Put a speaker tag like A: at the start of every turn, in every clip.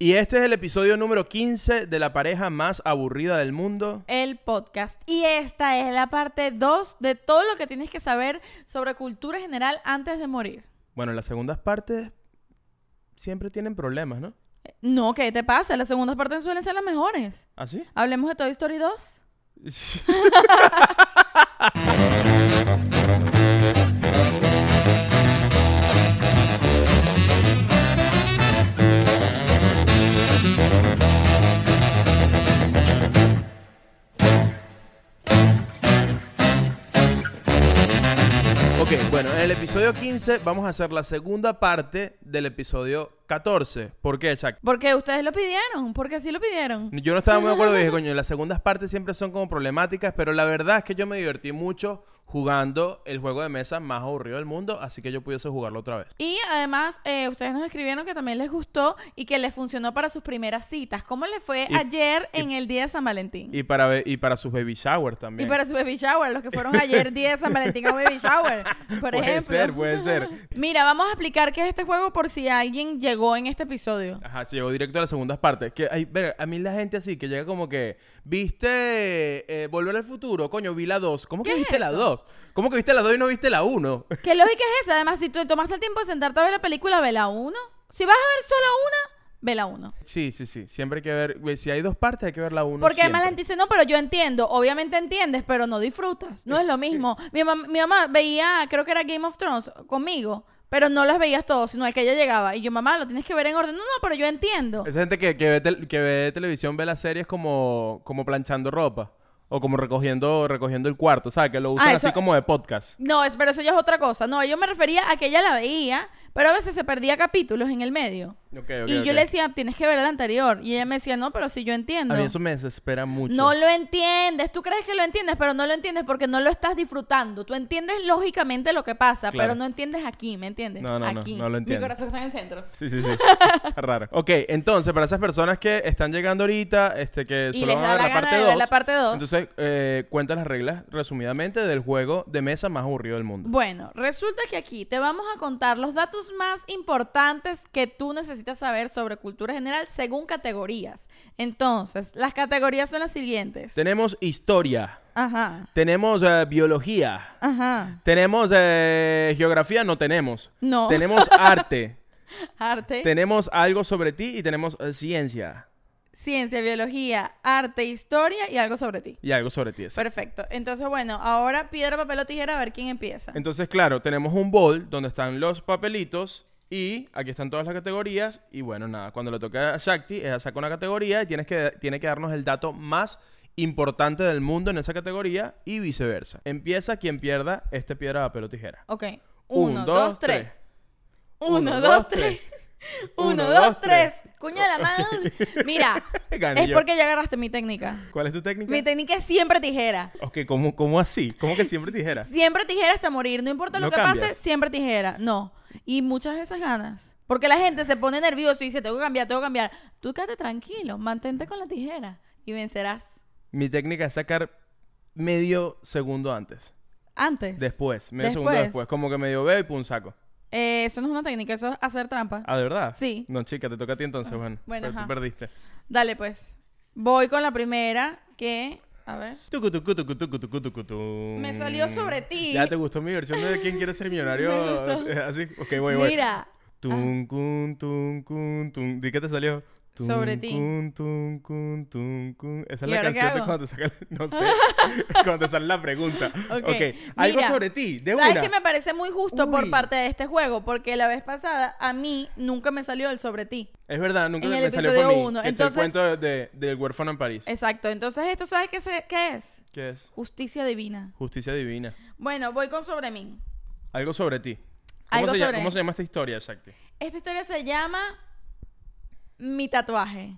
A: Y este es el episodio número 15 de la pareja más aburrida del mundo.
B: el podcast. Y esta es la parte 2 de todo lo que tienes que saber sobre cultura general antes de morir.
A: Bueno, las segundas partes siempre tienen problemas, ¿no?
B: No, ¿qué te pasa? Las segundas partes suelen ser las mejores.
A: ¿Así?
B: Hablemos de Toy Story 2.
A: ok, bueno, en el episodio 15 vamos a hacer la segunda parte del episodio 14. ¿Por qué, Chuck?
B: Porque ustedes lo pidieron, porque así lo pidieron.
A: Yo no estaba muy de acuerdo y dije, coño, las segundas partes siempre son como problemáticas, pero la verdad es que yo me divertí mucho jugando el juego de mesa más aburrido del mundo, así que yo pudiese jugarlo otra vez.
B: Y además, eh, ustedes nos escribieron que también les gustó y que les funcionó para sus primeras citas. ¿Cómo les fue
A: Y-
B: ayer
A: y-
B: en el día de San Valentín?
A: Y para, be- y para sus baby showers
B: Y
A: también.
B: para su baby shower, los que fueron ayer día de San Valentín a un baby shower, por
A: Puede
B: ejemplo.
A: ser, puede ser.
B: Mira, vamos a explicar qué es este juego por si alguien llegó en este episodio.
A: Ajá, se llegó directo a las segundas partes. Que, ay, verga, a mí la gente así, que llega como que, ¿viste eh, Volver al Futuro? Coño, vi la 2. ¿Cómo que
B: ¿Qué es
A: viste la
B: eso?
A: 2? ¿Cómo que viste la 2 y no viste la 1?
B: ¿Qué lógica es esa? Además, si tú tomaste el tiempo de sentarte a ver la película, vela uno. Si vas a ver solo una, vela uno.
A: Sí, sí, sí. Siempre hay que ver, güey, si hay dos partes hay que ver la 1.
B: Porque además la gente dice, no, pero yo entiendo. Obviamente entiendes, pero no disfrutas. No es lo mismo. Mi, mam- mi mamá veía, creo que era Game of Thrones conmigo, pero no las veías todos, sino el que ella llegaba. Y yo, mamá, lo tienes que ver en orden. No, no, pero yo entiendo.
A: Esa gente que, que ve, tel- que ve televisión ve las series como, como planchando ropa. O como recogiendo, recogiendo el cuarto, ¿sabes? Que lo usan
B: Ah, eso-
A: así como de podcast.
B: No, es, pero eso ya es otra cosa. No, yo me refería a que ella la veía, pero a veces se perdía capítulos en el medio.
A: Ok, ok,
B: y yo
A: ok.
B: le decía, tienes que ver el anterior. Y ella me decía, no, pero si yo entiendo.
A: A mí eso me desespera mucho.
B: No lo entiendes, tú crees que lo entiendes, pero no lo entiendes porque no lo estás disfrutando. Tú entiendes lógicamente lo que pasa,
A: Claro.
B: pero no entiendes aquí, ¿me entiendes?
A: No, no, no,
B: aquí.
A: no lo entiendo.
B: Mi corazón está en el centro.
A: Sí, sí, sí. Está raro. Ok, entonces, para esas personas que están llegando ahorita, este, que
B: Y
A: solo
B: les
A: van
B: da
A: a ver
B: la
A: la
B: gana
A: parte
B: de
A: 2.
B: ver la parte dos.
A: Entonces, eh, cuenta las reglas, resumidamente, del juego de mesa más aburrido del mundo.
B: Bueno, resulta que aquí te vamos a contar los datos más importantes que tú necesitas saber sobre cultura general según categorías. Entonces, las categorías son las siguientes.
A: Tenemos historia,
B: Ajá,
A: tenemos eh, biología,
B: ajá.
A: tenemos eh, geografía, no tenemos.
B: No.
A: Tenemos arte,
B: Arte,
A: tenemos algo sobre ti y tenemos eh, ciencia.
B: ciencia, biología, arte, historia y algo sobre ti.
A: Y algo sobre ti. exacto.
B: Perfecto. Entonces, bueno, ahora piedra, papel o tijera, a ver quién empieza.
A: Entonces, claro, tenemos un bol donde están los papelitos y aquí están todas las categorías. Y bueno, nada, cuando le toca a Shakti, ella saca una categoría y tienes que, tiene que darnos el dato más importante del mundo en esa categoría y viceversa. Empieza quien pierda este piedra, papel o tijera.
B: Ok.
A: Un,
B: Uno, dos, tres. Uno, dos, tres.
A: Uno,
B: Uno,
A: dos,
B: dos, tres. Coño de la madre. Mira,
A: Gané
B: es
A: yo.
B: porque ya agarraste mi técnica.
A: ¿Cuál es tu técnica?
B: Mi técnica es siempre tijera.
A: Ok, ¿cómo, cómo así? ¿Cómo que siempre tijera?
B: Siempre tijera hasta morir. No importa
A: No
B: lo que
A: cambia.
B: pase, siempre tijera. No. Y muchas veces ganas. Porque la gente se pone nervioso y dice, tengo que cambiar, tengo que cambiar. Tú quédate tranquilo, mantente con la tijera y vencerás
A: Mi técnica es sacar medio segundo antes.
B: antes.
A: Después, medio segundo
B: Después.
A: después. Como que medio veo y pum, saco.
B: Eh, eso no es una técnica, eso es hacer trampa.
A: Ah, ¿de verdad?
B: Sí.
A: No, chica, te toca a ti entonces, bueno.
B: bueno,
A: pero tú
B: ajá.
A: perdiste.
B: Dale, pues. Voy con la primera que... A ver.
A: Tucu, tucu, tucu, tucu, tucu, tucu, tu.
B: Me salió sobre ti.
A: Ya te gustó mi versión de ¿Quién quiere ser millonario?
B: Me gustó.
A: Así, ok, voy, voy.
B: Mira. ah.
A: Tun, cun, tun, cun, tun. ¿De qué te salió? Tun,
B: Sobre ti.
A: cun, tun, cun, tun, cun. Esa es
B: ¿Y
A: la
B: ahora qué
A: canción de
B: hago?
A: cuando te sacan... No sé. cuando te sale la pregunta.
B: Ok,
A: Algo
B: mira.
A: sobre ti, de
B: ¿Sabes
A: una.
B: que me parece muy justo por
A: Uy.
B: parte de este juego? Porque la vez pasada a mí nunca me salió el sobre ti.
A: Es verdad, nunca
B: en
A: me
B: el
A: salió
B: episodio
A: por mí.
B: uno,
A: que es el
B: entonces-
A: cuento de, del huérfano en París.
B: Exacto. Entonces, ¿esto sabes qué, se- qué es?
A: ¿Qué es?
B: Justicia divina.
A: Justicia divina.
B: Bueno, voy con sobre mí.
A: Algo sobre ti. ¿Cómo,
B: Algo
A: se, llama,
B: sobre-
A: ¿cómo se llama esta historia, Shakti?
B: Esta historia se llama Mi tatuaje.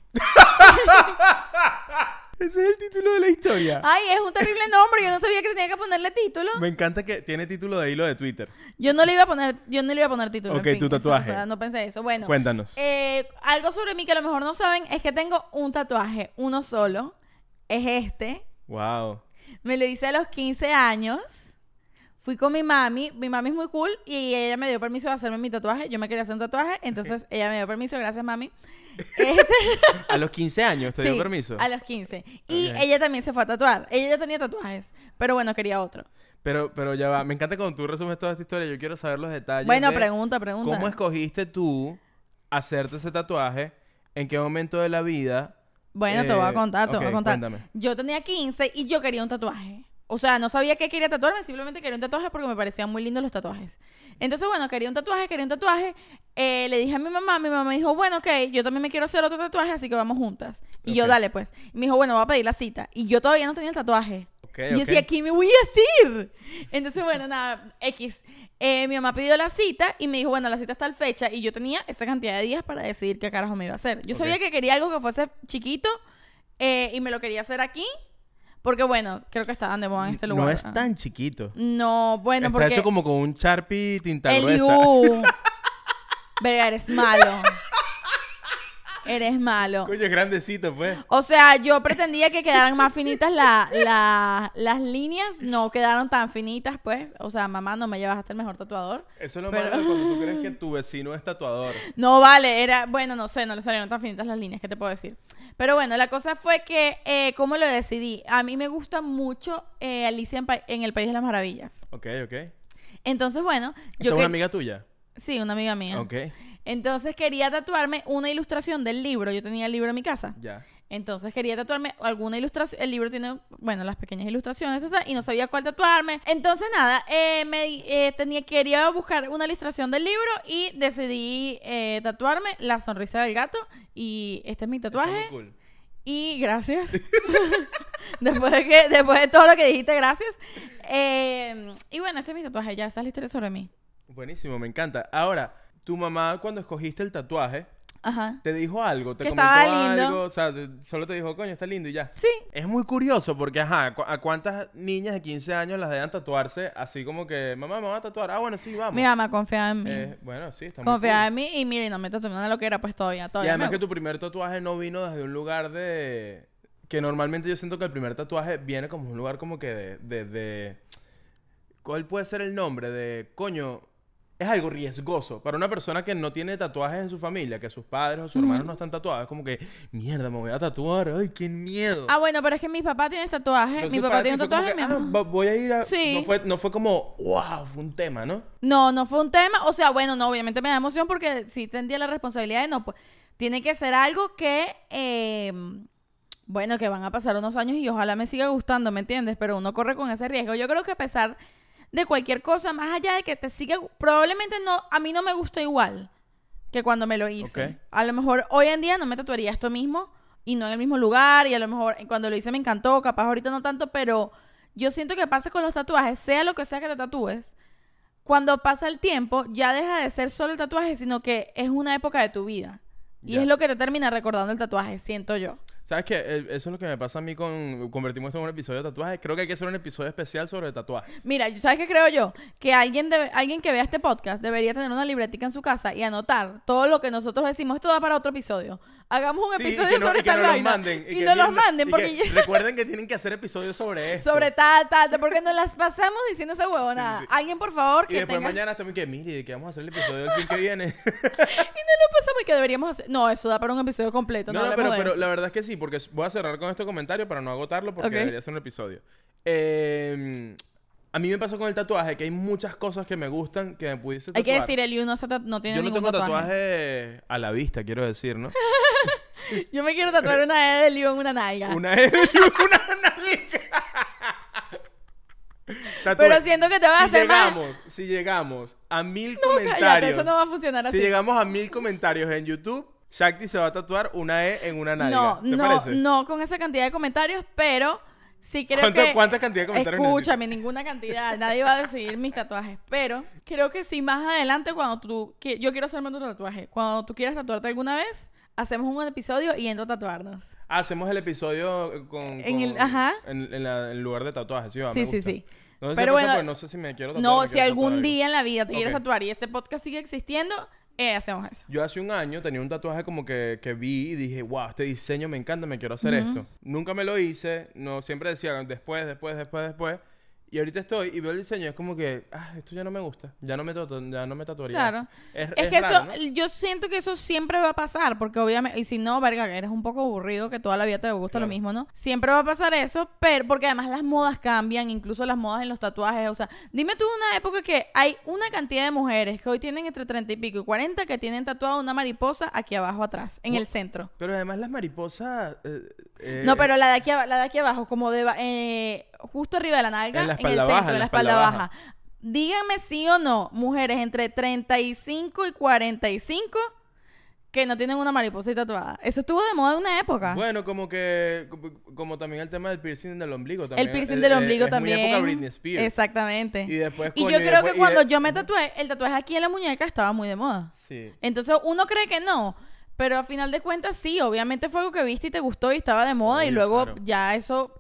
A: Ese es el título de la historia.
B: Ay, es un terrible nombre. Yo no sabía que tenía que ponerle título.
A: Ah. Me encanta que tiene título de hilo de Twitter.
B: Yo no le iba a poner, yo no le iba a poner título. en
A: Ok,
B: fin,
A: tu
B: eso,
A: tatuaje.
B: o sea, no pensé eso. Bueno.
A: Cuéntanos.
B: Eh, algo sobre mí que a lo mejor no saben es que tengo un tatuaje, uno solo. Es este.
A: Wow.
B: Me lo hice a los 15 años. Fui con mi mami, mi mami es muy cool y ella me dio permiso de hacerme mi tatuaje. Yo me quería hacer un tatuaje, entonces ella me dio permiso, gracias mami. Este,
A: A los 15 años te
B: sí,
A: dio permiso.
B: A los 15. Y
A: Ok.
B: ella también se fue a tatuar. Ella ya tenía tatuajes, pero bueno, quería otro.
A: Pero, pero ya va, me encanta cuando tú resumes toda esta historia, yo quiero saber los detalles.
B: Bueno,
A: de
B: pregunta, pregunta.
A: ¿Cómo escogiste tú hacerte ese tatuaje? ¿En qué momento de la vida?
B: Bueno, te voy
A: Eh,
B: a contar, te voy
A: ok,
B: a contar.
A: cuéntame.
B: Yo tenía 15 y yo quería un tatuaje. O sea, no sabía qué quería tatuarme, simplemente quería un tatuaje porque me parecían muy lindos los tatuajes. Entonces, bueno, quería un tatuaje, quería un tatuaje. Eh, le dije a mi mamá, mi mamá me dijo, bueno, ok, yo también me quiero hacer otro tatuaje, así que vamos juntas. Y yo,
A: Ok.
B: dale, pues. Y me dijo, bueno, voy a pedir la cita. Y yo todavía no tenía el tatuaje.
A: Ok,
B: Y yo
A: ok.
B: decía, ¿qué me voy a decir? Entonces, bueno, nada, X. Eh, mi mamá pidió la cita y me dijo, bueno, la cita está tal fecha. Y yo tenía esa cantidad de días para decidir qué carajo me iba a hacer. Yo
A: Ok.
B: sabía que quería algo que fuese chiquito eh, y me lo quería hacer aquí. Porque, bueno, creo que estaban de moda en este lugar.
A: No es
B: ¿verdad?
A: tan chiquito.
B: No, bueno,
A: Está
B: porque...
A: hecho como con un Sharpie tinta
B: el
A: gruesa.
B: U. Verga, eres malo. Eres malo.
A: Coño, es grandecito, pues.
B: O sea, yo pretendía que quedaran más finitas la- la- las líneas, no quedaron tan finitas, pues. O sea, mamá, no me llevas hasta el mejor tatuador.
A: Eso es lo
B: Pero-
A: malo de cuando tú crees que tu vecino es tatuador.
B: No vale, era, bueno, no sé, no le salieron tan finitas las líneas, ¿qué te puedo decir? Pero bueno, la cosa fue que, eh, ¿cómo lo decidí? A mí me gusta mucho eh, Alicia en, pa- en El País de las Maravillas.
A: Ok, ok.
B: Entonces, bueno,
A: ¿Esa es
B: yo...
A: una
B: que-
A: amiga tuya?
B: Sí, una amiga mía.
A: Ok,
B: Entonces quería tatuarme una ilustración del libro, yo tenía el libro en mi casa.
A: ya.
B: Entonces quería tatuarme alguna ilustración. El libro tiene, bueno, las pequeñas ilustraciones ta, ta, y no sabía cuál tatuarme. Entonces, nada, eh, me di- eh, tenía, quería buscar una ilustración del libro y decidí eh, tatuarme la sonrisa del gato. Y este es mi
A: Está muy
B: tatuaje.
A: cool.
B: Y gracias. después, de que, después de todo lo que dijiste, gracias. Eh, y bueno, este es mi tatuaje. Ya, esa es la historia sobre mí.
A: Buenísimo, me encanta. Ahora, tu mamá cuando escogiste el tatuaje,
B: Ajá.
A: te dijo algo, te
B: Que
A: comentó
B: estaba lindo.
A: algo, o sea, te- solo te dijo, coño, está lindo y ya.
B: Sí.
A: Es muy curioso porque, ajá, cu- ¿a cuántas niñas de 15 años las dejan tatuarse así como que, mamá, me va a tatuar? Ah, bueno, sí, vamos.
B: Mi mamá confiaba en mí.
A: Eh, bueno, sí, está muy
B: confiaba
A: cool.
B: en mí. Y mire, no me tatué una loquera, pues todavía,
A: Y
B: todavía. me
A: además que tu primer tatuaje no vino desde un lugar de... Que normalmente yo siento que el primer tatuaje viene como un lugar como que de... de- de- ¿Cuál puede ser el nombre? De, coño, es algo riesgoso. Para una persona que no tiene tatuajes en su familia, que sus padres o sus hermanos no están tatuados, es como que, mierda, me voy a tatuar, ay, qué miedo.
B: Ah, bueno, pero es que mi papá tiene tatuaje.
A: Entonces,
B: Mi papá
A: para
B: tiene
A: ti fue
B: un
A: como
B: tatuaje.
A: que,
B: mi
A: "Ah,
B: mamá-
A: va- voy a ir a...
B: Sí.
A: No, fue, no fue como, wow, fue un tema, ¿no?
B: No, no fue un tema. O sea, bueno, no, obviamente me da emoción porque sí tendría la responsabilidad de no. Pues, tiene que ser algo que. eh, bueno, que van a pasar unos años y ojalá me siga gustando, ¿me entiendes? Pero uno corre con ese riesgo. Yo creo que a pesar de cualquier cosa, más allá de que te siga. gu- Probablemente no. A mí no me gusta igual que cuando me lo hice.
A: Ok.
B: A lo mejor hoy en día no me tatuaría esto mismo y no en el mismo lugar. Y a lo mejor cuando lo hice me encantó, capaz ahorita no tanto, pero yo siento que pasa con los tatuajes, sea lo que sea que te tatúes. Cuando pasa el tiempo, ya deja de ser solo el tatuaje, sino que es una época de tu vida. Y
A: Ya.
B: es lo que te termina recordando el tatuaje, siento yo.
A: ¿Sabes qué? Eh, Eso es lo que me pasa a mí con... Convertimos esto en un episodio de tatuajes. Creo que hay que hacer un episodio especial sobre tatuajes.
B: Mira, ¿sabes qué creo yo? Que alguien, debe- alguien que vea este podcast debería tener una libretica en su casa y anotar todo lo que nosotros decimos. Esto da para otro episodio. Hagamos un
A: Sí, y
B: episodio
A: que no-
B: sobre
A: y que
B: esta
A: no los
B: vaina.
A: manden,
B: y
A: que
B: no los
A: tienen-
B: manden,
A: y
B: porque
A: que
B: yo-
A: Recuerden que tienen que hacer episodios sobre esto.
B: sobre tal, tal, tal, porque nos las pasamos diciendo esa huevonada.
A: Sí, sí, sí.
B: Alguien, por favor,
A: Y
B: que
A: después
B: tenga...
A: mañana también que, mire, ¿de qué vamos a hacer el episodio el fin que viene?
B: lo pasamos y que deberíamos hacer... No, eso da para un episodio completo.
A: no,
B: No,
A: no,
B: hablemos
A: pero,
B: de
A: pero
B: eso.
A: la verdad es que sí, porque s- voy a cerrar con este comentario para no agotarlo porque
B: Ok.
A: debería ser un episodio. Eh, a mí me pasó con el tatuaje que hay muchas cosas que me gustan que me pudiese
B: Hay
A: tatuar.
B: que decir, el Yu no, está tatu- no tiene
A: Yo no
B: ningún
A: tengo tatuaje.
B: tatuaje.
A: a la vista, quiero decir, ¿no?
B: Yo me quiero tatuar una E de Liu en una nalga.
A: una es una nariz. Tatúe.
B: Pero siento que te vas
A: si
B: a hacer más-
A: llegamos, Si llegamos a mil
B: Cállate,
A: comentarios.
B: eso no va a funcionar
A: Si
B: así.
A: llegamos a mil comentarios en YouTube, Shakti se va a tatuar una E en una nalga.
B: no,
A: ¿Te
B: no,
A: parece?
B: no con esa cantidad de comentarios, pero sí creo
A: ¿Cuánta-
B: que...
A: cuánta cantidad de comentarios
B: Escúchame, ninguna cantidad. Nadie va a decidir mis tatuajes. Pero creo que sí, más adelante, cuando tú... que- yo quiero hacerme otro tatuaje. Cuando tú quieras tatuarte alguna vez, hacemos un episodio y entro a tatuarnos.
A: Hacemos el episodio eh, con.
B: En el-
A: con-
B: ajá.
A: En, en la- en el lugar de tatuajes, sí, va, me
B: Sí, sí,
A: gusta.
B: sí.
A: No sé, si
B: Pero
A: pasa,
B: bueno,
A: pues, no sé si me quiero tatuar.
B: No,
A: me
B: si
A: quiero tatuar
B: algún
A: algo.
B: día en la vida te quieres
A: Ok.
B: tatuar y este podcast sigue existiendo, eh, hacemos eso.
A: Yo hace un año tenía un tatuaje como que, que vi y dije, wow, este diseño me encanta, me quiero hacer esto. Nunca me lo hice, no siempre decía después, después, después, después. Y ahorita estoy y veo el diseño y es como que, ah, esto ya no me gusta, ya no me, tato- ya no me tatuaría.
B: Claro.
A: Es,
B: Es
A: es
B: que
A: raro,
B: eso,
A: ¿no?
B: yo siento que eso siempre va a pasar, porque obviamente, y si no, verga, que eres un poco aburrido, que toda la vida te gusta
A: Claro.
B: lo mismo, ¿no? Siempre va a pasar eso, pero porque además las modas cambian, incluso las modas en los tatuajes, o sea, dime tú una época que hay una cantidad de mujeres que hoy tienen entre 30 y pico y 40 que tienen tatuada una mariposa aquí abajo atrás, en el centro.
A: Pero además las mariposas... eh, eh,
B: No, pero la de aquí, aba- la de aquí abajo, como de, ba- eh, justo arriba de la nalga,
A: En la
B: en, el
A: espalda
B: centro,
A: baja,
B: en la espalda baja. Díganme sí o no, mujeres entre 35 y 45 que no tienen una mariposita tatuada. Eso estuvo de moda en una época.
A: Bueno, como que... Como, como también el tema del piercing del ombligo también.
B: el piercing
A: eh,
B: del
A: eh,
B: ombligo
A: es muy
B: también.
A: época Britney Spears.
B: Exactamente.
A: Y después,
B: Y
A: coño,
B: yo
A: y
B: creo
A: después-
B: que
A: y
B: cuando
A: de-
B: yo me tatué, el tatuaje aquí en la muñeca estaba muy de moda.
A: Sí.
B: Entonces uno cree que no, pero a final de cuentas sí, obviamente fue algo que viste y te gustó y estaba de moda y
A: Obvio,
B: luego
A: claro.
B: ya eso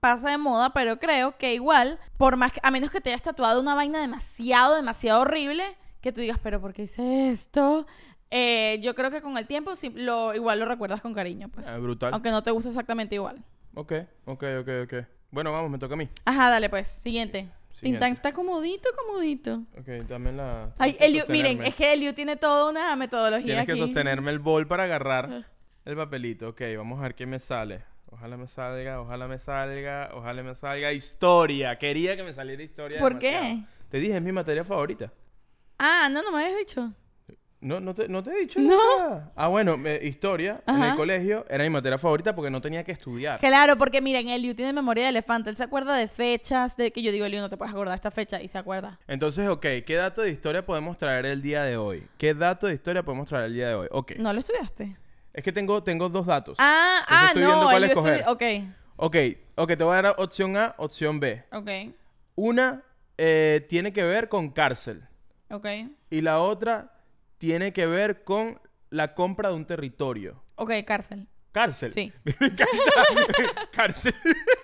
B: pasa de moda, pero creo que igual, por más que- a menos que te hayas tatuado una vaina demasiado, demasiado horrible, que tú digas, pero ¿por qué hice esto? Eh, yo creo que con el tiempo sí, lo, igual lo recuerdas con cariño, pues.
A: Ah, brutal.
B: Aunque no te guste exactamente igual.
A: Ok, ok, ok, ok. Bueno, vamos, me toca a mí.
B: Ajá, dale pues, siguiente.
A: Siguiente.
B: Tintán está comodito, comodito.
A: Ok, dame la...
B: Ay,
A: tienes que
B: Eliu, miren,
A: sostenerme.
B: es que Eliu tiene toda una metodología
A: Tienes que
B: aquí.
A: sostenerme el bol para agarrar el papelito. Ok, vamos a ver qué me sale. Ojalá me salga, ojalá me salga, ojalá me salga. Historia. Quería que me saliera historia.
B: ¿Por qué?
A: demasiado. Te dije, es mi materia favorita.
B: Ah, no, no me habías dicho.
A: No, no, te, no te he dicho
B: No.
A: nada. Ah, bueno, me- historia en
B: Ajá.
A: el colegio era mi materia favorita porque no tenía que estudiar.
B: Claro, porque miren, Eliu tiene memoria de elefante. Él se acuerda de fechas, de que yo digo, Eliu, no te puedes acordar de esta fecha, y se acuerda.
A: Entonces, ok, ¿qué dato de historia podemos traer el día de hoy? ¿Qué dato de historia podemos traer el día de hoy? Ok.
B: ¿No lo estudiaste?
A: Es que tengo, tengo dos datos.
B: Ah,
A: Entonces
B: ah,
A: estoy viendo
B: no,
A: cuál
B: Eliu
A: escoger.
B: estudió. Ok,
A: Ok, ok, te voy a dar opción A, opción B.
B: ok,
A: Una eh, tiene que ver con cárcel
B: ok.
A: y la otra tiene que ver con la compra de un territorio.
B: Ok, cárcel.
A: Cárcel.
B: Sí.
A: Me encanta. cárcel.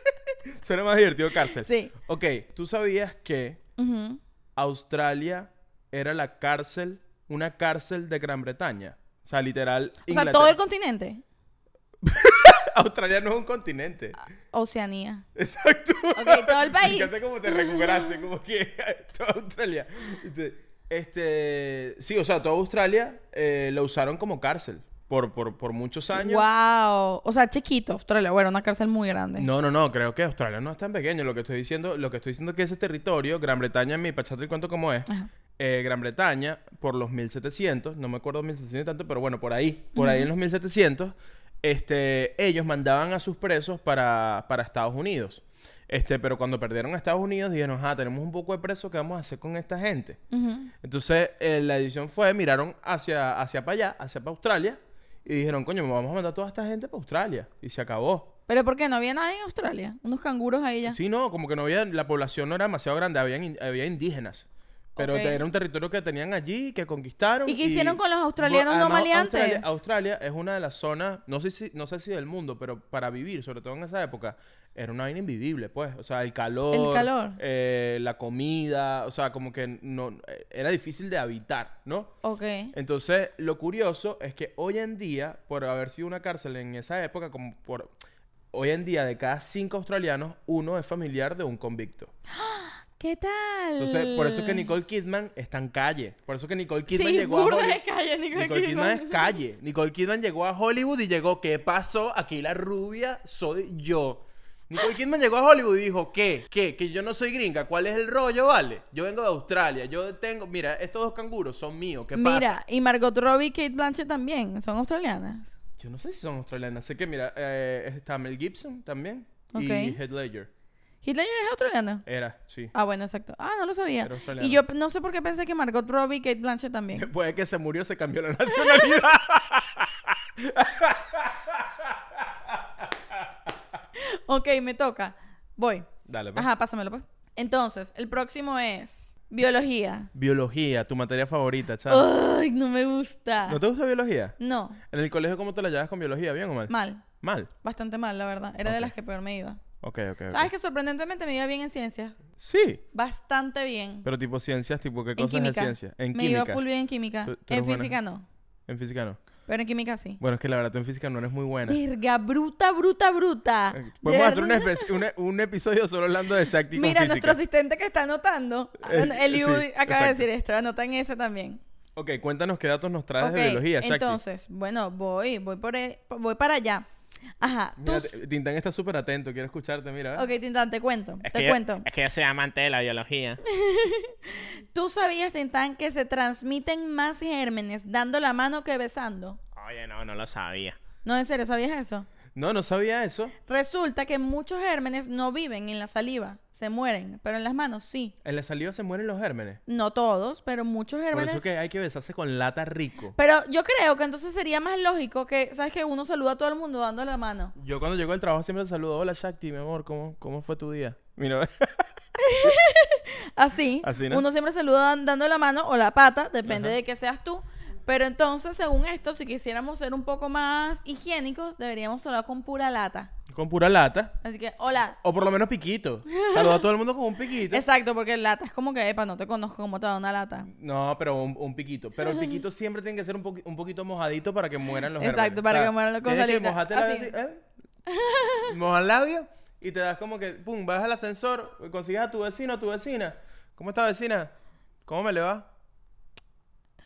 A: Suena más divertido cárcel.
B: Sí.
A: Ok, ¿tú sabías que
B: Ujú.
A: Australia era la cárcel, una cárcel de Gran Bretaña? O sea, literal.
B: O sea,
A: Inglaterra-
B: todo el continente.
A: Australia no es un continente.
B: Oceanía.
A: Exacto.
B: Ok, todo el país.
A: Me encanta cómo te recuperaste, como que toda Australia. Este, este, sí, o sea, toda Australia eh, lo usaron como cárcel por, por, por muchos años.
B: Wow. O sea, chiquito, Australia. Bueno, una cárcel muy grande.
A: No, no, no, creo que Australia no es tan pequeño. Lo que estoy diciendo, lo que estoy diciendo es que ese territorio, Gran Bretaña, en mi pachate el cuento como es,
B: Ajá.
A: eh, Gran Bretaña, por los 1700, no me acuerdo 1700 y tanto, pero bueno, por ahí, por ahí en los 1700, este, ellos mandaban a sus presos para, para Estados Unidos. Este, pero cuando perdieron a Estados Unidos, dijeron, ah, tenemos un poco de presos, ¿qué vamos a hacer con esta gente?
B: Ujú.
A: Entonces, eh, la decisión fue, miraron hacia, hacia para allá, hacia para Australia, y dijeron, coño, vamos a mandar a toda esta gente para Australia. Y se acabó.
B: Pero ¿por qué? No había nadie en Australia. Unos canguros ahí ya.
A: Sí, no, como que no había, la población no era demasiado grande, habían in- había indígenas. Pero
B: Ok.
A: era un territorio que tenían allí, que conquistaron.
B: ¿Y qué hicieron con los australianos
A: Bueno,
B: no
A: además, ah, Australia-
B: maleantes?
A: Australia, es una de las zonas, no sé, si, no sé si del mundo, pero para vivir, sobre todo en esa época, era una vaina invivible, pues. O sea, el calor.
B: El calor.
A: eh, la comida, o sea, como que no, eh, era difícil de habitar, ¿no?
B: Ok.
A: Entonces, lo curioso es que hoy en día, por haber sido una cárcel en esa época, como por hoy en día de cada cinco australianos, uno es familiar de un convicto.
B: ¿Qué tal?
A: Entonces, por eso es que Nicole Kidman está en calle. Por eso es que Nicole Kidman
B: Mm. Sí,
A: llegó a
B: burda
A: Hollywood.
B: de calle, Nicole,
A: Nicole Kidman
B: Kidman.
A: es calle. Nicole Kidman llegó a Hollywood y llegó, ¿qué pasó? Aquí la rubia soy yo. Nicole Kidman llegó a Hollywood y dijo, ¿qué? ¿Qué? Que yo no soy gringa. ¿Cuál es el rollo, vale? Yo vengo de Australia. Yo tengo... Mira, estos dos canguros son míos. ¿Qué pasa?
B: Mira, y Margot Robbie y Kate Blanchett también son australianas.
A: Yo no sé si son australianas. Sé que, mira, eh, está Mel Gibson también.
B: Ok.
A: Y Heath Ledger.
B: Hitler es australiana.
A: Era, sí.
B: Ah, bueno, exacto. Ah, no lo sabía.
A: Era australiana.
B: Y yo p- no sé por qué pensé que Margot Robbie y Kate Blanchett también.
A: Después de que se murió, se cambió la nacionalidad.
B: ok, me toca. Voy.
A: Dale, pues.
B: Ajá, pásamelo, pues. Entonces, el próximo es biología.
A: Biología, tu materia favorita, chaval.
B: Ay, no me gusta.
A: ¿No te gusta biología?
B: No,
A: ¿En el colegio cómo te la llevas con biología? ¿Bien o mal?
B: mal.
A: Mal.
B: Bastante mal, la verdad. Era de
A: Ok.
B: las que peor me iba.
A: Ok, ok. ok.
B: ¿Sabes que sorprendentemente me iba bien en ciencias?
A: Sí.
B: Bastante bien.
A: Pero tipo ciencias, tipo qué
B: en
A: cosas de
B: química.
A: ciencia. En
B: me
A: química.
B: iba full bien en química.
A: Tú- tú
B: en
A: eres buena.
B: física no.
A: En física no.
B: Pero en química sí.
A: Bueno, es que la verdad tú en física no eres muy buena. Eh,
B: Verga, bruta, bruta, bruta. De
A: Podemos hacer un,
B: verdad.
A: espe- un e- un episodio solo hablando de Shakti con
B: Mira,
A: física.
B: nuestro asistente que está anotando,
A: Eh,
B: el
A: sí,
B: acaba de
A: exacto.
B: decir esto, anotan ese también.
A: Ok, cuéntanos qué datos nos traes
B: Ok,
A: de biología, Shakti.
B: entonces, bueno, voy, voy por e- voy para allá. Ajá, tú...
A: Mira, te- Tintán está súper atento, quiero escucharte, mira.
B: Ok, Tintán, te cuento,
C: Es
B: te
C: que yo-
B: cuento.
C: es que yo soy amante de la biología.
B: ¿Tú sabías, Tintán, que se transmiten más gérmenes dando la mano que besando?
C: Oye, no, no lo sabía.
B: No, en serio, ¿sabías eso?
A: No, no sabía eso.
B: Resulta que muchos gérmenes no viven en la saliva, se mueren, pero en las manos sí.
A: En la saliva se mueren los gérmenes.
B: No todos, pero muchos
A: Por
B: gérmenes.
A: eso que hay que besarse con lata rico.
B: Pero yo creo que entonces sería más lógico que, ¿sabes? Que uno saluda a todo el mundo dando la mano.
A: Yo cuando llego al trabajo siempre te saludo. Hola, Shakti, mi amor, ¿cómo, cómo fue tu día? Mira,
B: Así.
A: Así, ¿no?
B: Uno siempre saluda dan- dando la mano o la pata, depende de que seas tú. Pero entonces, según esto, si quisiéramos ser un poco más higiénicos, deberíamos saludar con pura lata.
A: con pura lata.
B: Así que, hola.
A: O por lo menos piquito. Saludo a todo el mundo con un piquito.
B: Exacto, porque lata es como que, epa, no te conozco como te da una lata.
A: No, pero un, un piquito. Pero el piquito siempre tiene que ser un, poqui- un poquito mojadito para que mueran los
B: Exacto,
A: gérmenes.
B: para que mueran los- con
A: tienes que
B: salita.
A: mojarte la
B: Así.
A: ¿eh? Mojas el labio y te das como que, pum, vas al ascensor, consigues a tu vecino o tu vecina. ¿Cómo está vecina? ¿Cómo me le va?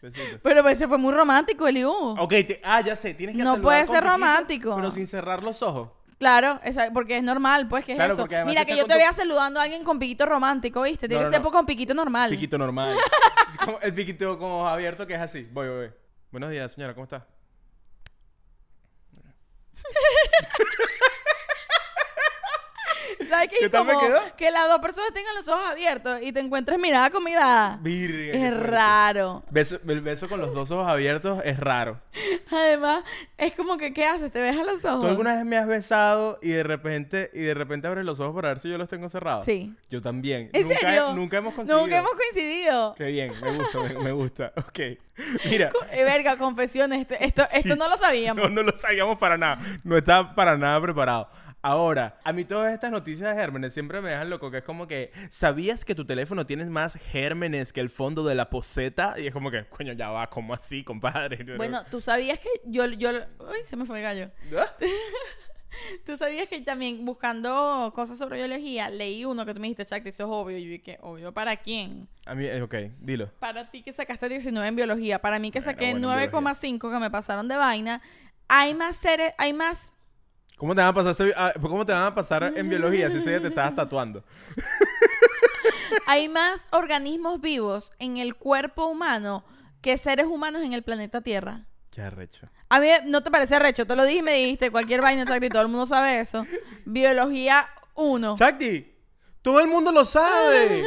A: Besito.
B: Pero pues, ese fue muy romántico, Eliú.
A: Ok, te- ah, ya sé, tienes que
B: No
A: saludar
B: puede
A: con
B: ser
A: piquito,
B: romántico.
A: Pero sin cerrar los ojos.
B: Claro, esa- porque es normal, pues, que es
A: Claro,
B: eso.
A: porque además
B: Mira,
A: está
B: que yo
A: con
B: te
A: tu-
B: vea saludando a alguien con piquito romántico, ¿viste? Tiene
A: No,
B: que
A: no,
B: ser pues,
A: no.
B: con piquito normal.
A: Piquito normal. Es como el piquito como abierto que es así. Voy, voy, voy. Buenos días, señora, ¿cómo está?
B: ¿Sabes qué?
A: ¿Qué tal me
B: Como
A: quedó?
B: que las dos personas tengan los ojos abiertos y te encuentres mirada con mirada.
A: Virgen. qué
B: Es
A: fuerte.
B: raro.
A: Beso- el beso con los dos ojos abiertos es raro.
B: Además, es como que, ¿qué haces? ¿Te dejas los ojos?
A: ¿Tú alguna vez me has besado y de repente y de repente abres los ojos para ver si yo los tengo cerrados?
B: Sí.
A: Yo también.
B: ¿En
A: nunca,
B: serio?
A: Nunca hemos conseguido.
B: Nunca hemos coincidido.
A: Qué bien, me gusta, me, me gusta. Ok. Mira.
B: Eh, verga, confesiones. este- Esto, esto
A: Sí.
B: no lo sabíamos.
A: No, no lo sabíamos para nada. No estaba para nada preparado. Ahora, a mí todas estas noticias de gérmenes siempre me dejan loco, que es como que, ¿sabías que tu teléfono tiene más gérmenes que el fondo de la poseta? Y es como que, coño, ya va, ¿cómo así, compadre?
B: Bueno, tú sabías que yo, yo... Uy, se me fue el gallo.
A: ¿Ah?
B: Tú sabías que también buscando cosas sobre biología, leí uno que tú me dijiste, Chuck, eso es obvio. Y yo dije, ¿obvio para quién?
A: A mí, eh, ok, dilo.
B: Para ti que sacaste 19 en biología, para mí que
A: Bueno,
B: saqué
A: bueno, en
B: 9,5 que me pasaron de vaina, hay más seres, hay más...
A: ¿Cómo te van a pasar, ese- ah, cómo te van a pasar en biología si ese día te estabas tatuando?
B: Hay más organismos vivos en el cuerpo humano que seres humanos en el planeta Tierra.
A: Qué arrecho.
B: A mí no te parece recho, te lo dije y me dijiste cualquier vaina, Chuck, y todo el mundo sabe eso. Biología 1.
A: Chakti, todo el mundo lo sabe.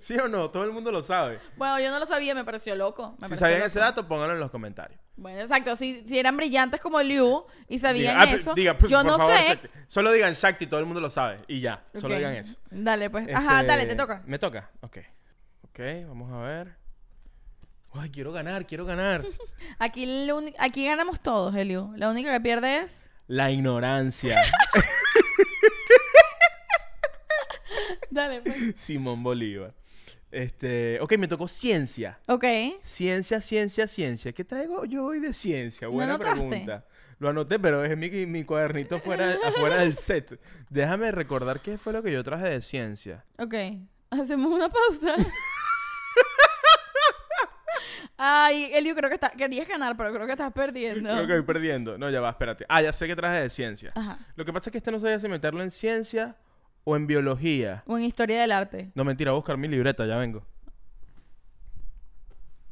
A: ¿Sí o no? Todo el mundo lo sabe.
B: Bueno, yo no lo sabía, me pareció loco. Me
A: Si
B: pareció
A: sabían
B: loco.
A: ese dato, pónganlo en los comentarios.
B: Bueno, exacto. Si, si eran brillantes como Liu y sabían
A: Diga, ah, pero-
B: eso,
A: diga, pues,
B: yo
A: por
B: no
A: favor,
B: sé.
A: Shakti. Solo digan Shakti, todo el mundo lo sabe. Y ya, solo
B: Ok.
A: digan eso.
B: Dale, pues. Ajá,
A: Este,
B: dale, te toca.
A: Me toca, ok. Ok, vamos a ver. Ay, quiero ganar, quiero ganar.
B: Aquí, lo uni- aquí ganamos todos, Eliu. La única que pierde es.
A: La ignorancia.
B: Dale, pues.
A: Simón Bolívar. Este, ok, me tocó ciencia.
B: Ok.
A: Ciencia, ciencia, ciencia. ¿Qué traigo yo hoy de ciencia?
B: ¿No
A: Buena
B: anotaste?
A: pregunta. Lo anoté, pero dejé mi, mi cuadernito fuera, afuera del set. Déjame recordar qué fue lo que yo traje de ciencia.
B: Ok. Hacemos una pausa. Ay, Eliu, creo que está... querías ganar, pero creo que estás perdiendo.
A: Creo que voy perdiendo. No, ya va, espérate. Ah, ya sé qué traje de ciencia.
B: Ajá.
A: Lo que pasa es que este no sabía si meterlo en ciencia o en biología.
B: O en historia del arte.
A: No, mentira, voy a buscar mi libreta, ya vengo.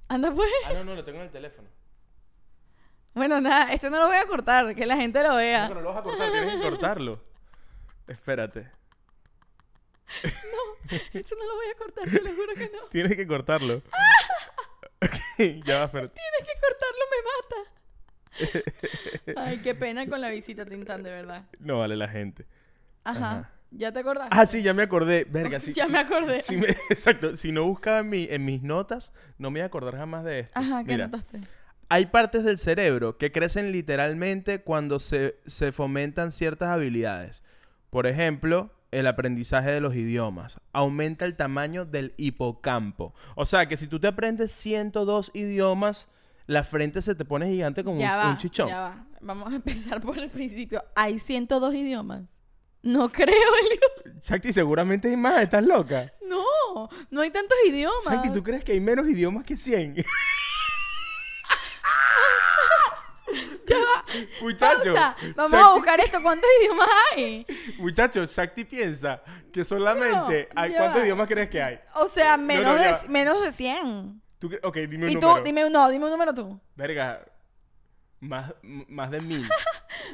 B: Anda, pues.
A: Ah, no, no, lo tengo en el teléfono.
B: Bueno, nada, esto no lo voy a cortar, que la gente lo
A: No,
B: vea.
A: pero lo vas a cortar, tienes que cortarlo. Espérate.
B: Esto no lo voy a cortar, te lo juro que no.
A: Tienes que cortarlo. Ok, ya va, espérate.
B: Tienes que cortarlo, me mata. Ay, qué pena con la visita, Tintán, de verdad.
A: No vale la gente.
B: Ajá.
A: Ajá.
B: ¿Ya te acordás?
A: Ah, sí, ya me acordé. Verga, sí.
B: ya
A: sí,
B: me acordé.
A: sí me- exacto. Si no buscaba en, mi- en mis notas, no me iba a acordar jamás de esto.
B: Ajá, ¿qué
A: Mira,
B: notaste?
A: Hay partes del cerebro que crecen literalmente cuando se, se fomentan ciertas habilidades. Por ejemplo, el aprendizaje de los idiomas. Aumenta el tamaño del hipocampo. O sea que si tú te aprendes 102 idiomas, la frente se te pone gigante como
B: ya
A: un,
B: va,
A: un chichón.
B: Ya va. Vamos a empezar por el principio. Hay 102 idiomas. No creo, Elio.
A: Shakti, seguramente hay más, estás loca.
B: No, no hay tantos idiomas.
A: Shakti, ¿tú crees que hay menos idiomas que 100?
B: Ya va.
A: Muchacho,
B: Pausa. Vamos a
A: Shakti-
B: buscar esto. ¿Cuántos idiomas hay?
A: Muchachos, Shakti piensa que solamente
B: No,
A: hay.
B: ya
A: ¿Cuántos
B: va.
A: idiomas crees que hay?
B: O sea, menos,
A: no, ya
B: de,
A: va.
B: menos de 100.
A: ¿Tú cre- ok, dime un
B: Y tú,
A: número.
B: dime un no, dime un número tú.
A: Verga, más, m- más de mil.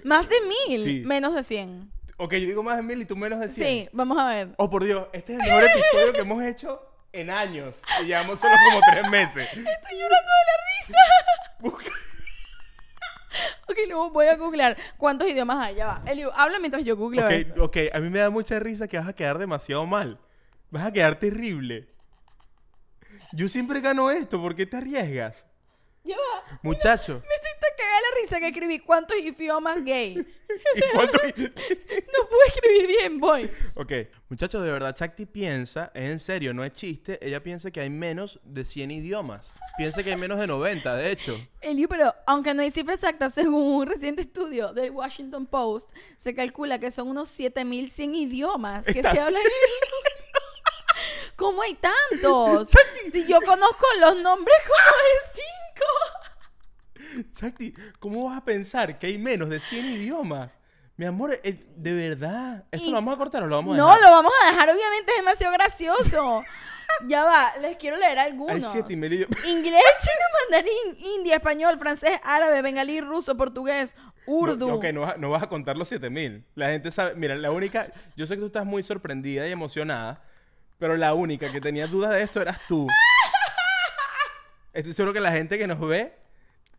B: Más de mil,
A: Sí.
B: menos de 100.
A: ok, yo digo más de mil y tú menos de cien.
B: Sí, vamos a ver.
A: Oh, por Dios, este es el mejor episodio que hemos hecho en años. Y llevamos solo como tres meses.
B: Estoy llorando de la risa.
A: Busca-
B: Ok, luego voy a googlear cuántos idiomas hay. Ya va. Eliu, habla mientras yo googleo.
A: Ok,
B: esto.
A: ok, a mí me da mucha risa que vas a quedar demasiado mal. Vas a quedar terrible. Yo siempre gano esto, ¿por qué te arriesgas?
B: Ya va.
A: Muchacho.
B: Me siento cagada la risa que escribí cuántos idiomas gay.
A: ¿Y cuánto-
B: No pude escribir bien, voy.
A: Ok, muchachos, de verdad, Chakti piensa, es en serio, no es chiste, ella piensa que hay menos de 100 idiomas. Piensa que hay menos de 90, de hecho.
B: Eliu, pero aunque no hay cifra exacta, según un reciente estudio del Washington Post, se calcula que son unos 7100 idiomas que se hablan en el- ¿Cómo hay tantos? Si yo conozco los nombres como de cinco.
A: Chakti, ¿cómo vas a pensar que hay menos de 100 idiomas? Mi amor, eh, de verdad, ¿esto
B: Y-
A: lo vamos a cortar o lo vamos a
B: No,
A: dejar?
B: lo vamos a dejar, obviamente es demasiado gracioso. Ya va, les quiero leer
A: Hay
B: algunos.
A: 7 y medio idiomas.
B: Inglés, chino, mandarín, india, español, francés, árabe, bengalí, ruso, portugués, urdu.
A: No, ok, no vas, no vas a contar los 7000. La gente sabe. Mira, la única. Yo sé que tú estás muy sorprendida y emocionada, pero la única que tenía dudas de esto eras tú. Estoy seguro que la gente que nos ve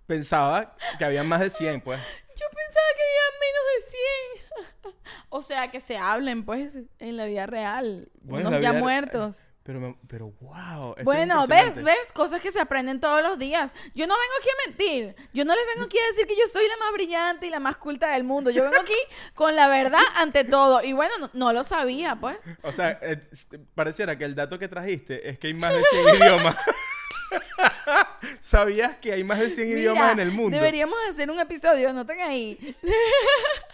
A: pensaba que había más de 100, pues.
B: Yo pensaba que había menos de 100. o sea, que se hablen, pues, en la vida real.
A: Bueno, Pues,
B: unos
A: la
B: ya
A: vida-
B: muertos.
A: Pero, me- pero wow. esto Este es
B: Bueno, ves,
A: impresionante.
B: ves, cosas que se aprenden todos los días. Yo no vengo aquí a mentir. Yo no les vengo aquí a decir que yo soy la más brillante y la más culta del mundo. Yo vengo aquí con la verdad ante todo. Y bueno, no, no lo sabía, pues.
A: O sea, eh, s- pareciera que el dato que trajiste es que hay más de 100 idiomas. ¿Sabías que hay más de 100 idiomas en
B: Mira,
A: el mundo?
B: Deberíamos hacer un episodio, noten ahí.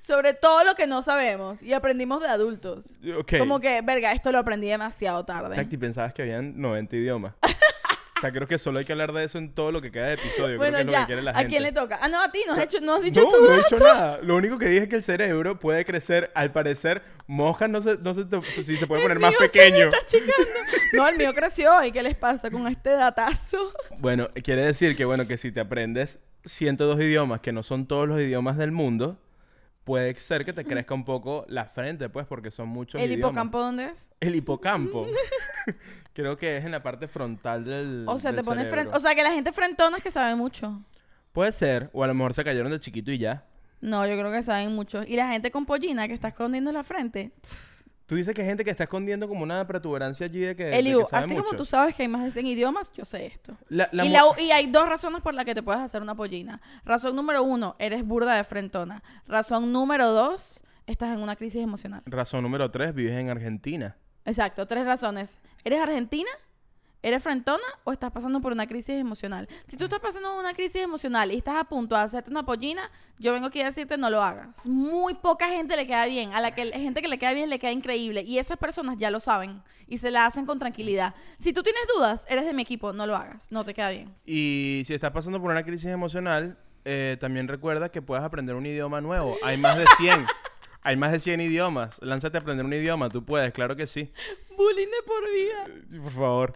B: Sobre todo lo que no sabemos y aprendimos de adultos.
A: Ok.
B: Como que, verga, esto lo aprendí demasiado tarde.
A: Exacto, y pensabas que habían 90 idiomas. o sea, creo que solo hay que hablar de eso en todo lo que queda de episodio. creo
B: bueno,
A: que es lo que
B: ya.
A: quiere la
B: ¿A
A: gente.
B: quién le toca? Ah, no, a ti, nos has, hecho, no has dicho
A: no,
B: tú.
A: no he dicho nada. Lo único que dije es que el cerebro puede crecer. Al parecer, mojas no se, no se, te- si se puede poner
B: El
A: más
B: mío se me
A: pequeño.
B: está achicando. No, el mío creció. ¿Y qué les pasa con este datazo?
A: Bueno, quiere decir que, bueno, que si te aprendes 102 idiomas, que no son todos los idiomas del mundo, puede ser que te crezca un poco la frente, pues, porque son muchos
B: ¿El
A: idiomas.
B: hipocampo dónde es?
A: El hipocampo. creo que es en la parte frontal del
B: O sea,
A: del
B: te pone
A: cerebro.
B: frente. O sea, que la gente frentona es que sabe mucho.
A: Puede ser, o a lo mejor se cayeron de chiquito y ya.
B: No, yo creo que saben mucho. Y la gente con pollina que está escondiendo la frente.
A: Tú dices que hay gente que está escondiendo como una protuberancia allí de que. de que
B: Eliu,
A: sabe
B: así como
A: mucho.
B: tú sabes que hay más de 100 idiomas, yo sé esto.
A: La- la
B: y,
A: mu-
B: la u- y hay dos razones por las que te puedes hacer una pollina. Razón número uno, eres burda de frentona. Razón número dos, estás en una crisis emocional.
A: Razón número tres, vives en Argentina.
B: Exacto, tres razones. ¿Eres argentina? ¿Eres frentona o estás pasando por una crisis emocional? Si tú estás pasando por una crisis emocional y estás a punto de hacerte una pollina, yo vengo aquí a decirte no lo hagas. Muy poca gente le queda bien. A la que la gente que le queda bien le queda increíble. Y esas personas ya lo saben y se la hacen con tranquilidad. Si tú tienes dudas, eres de mi equipo, no lo hagas. No te queda bien.
A: Y si estás pasando por una crisis emocional, eh, también recuerda que puedes aprender un idioma nuevo. Hay más de 100. Hay más de 100 idiomas. Lánzate a aprender un idioma. Tú puedes, claro que sí.
B: Bullying de por vida.
A: Por favor,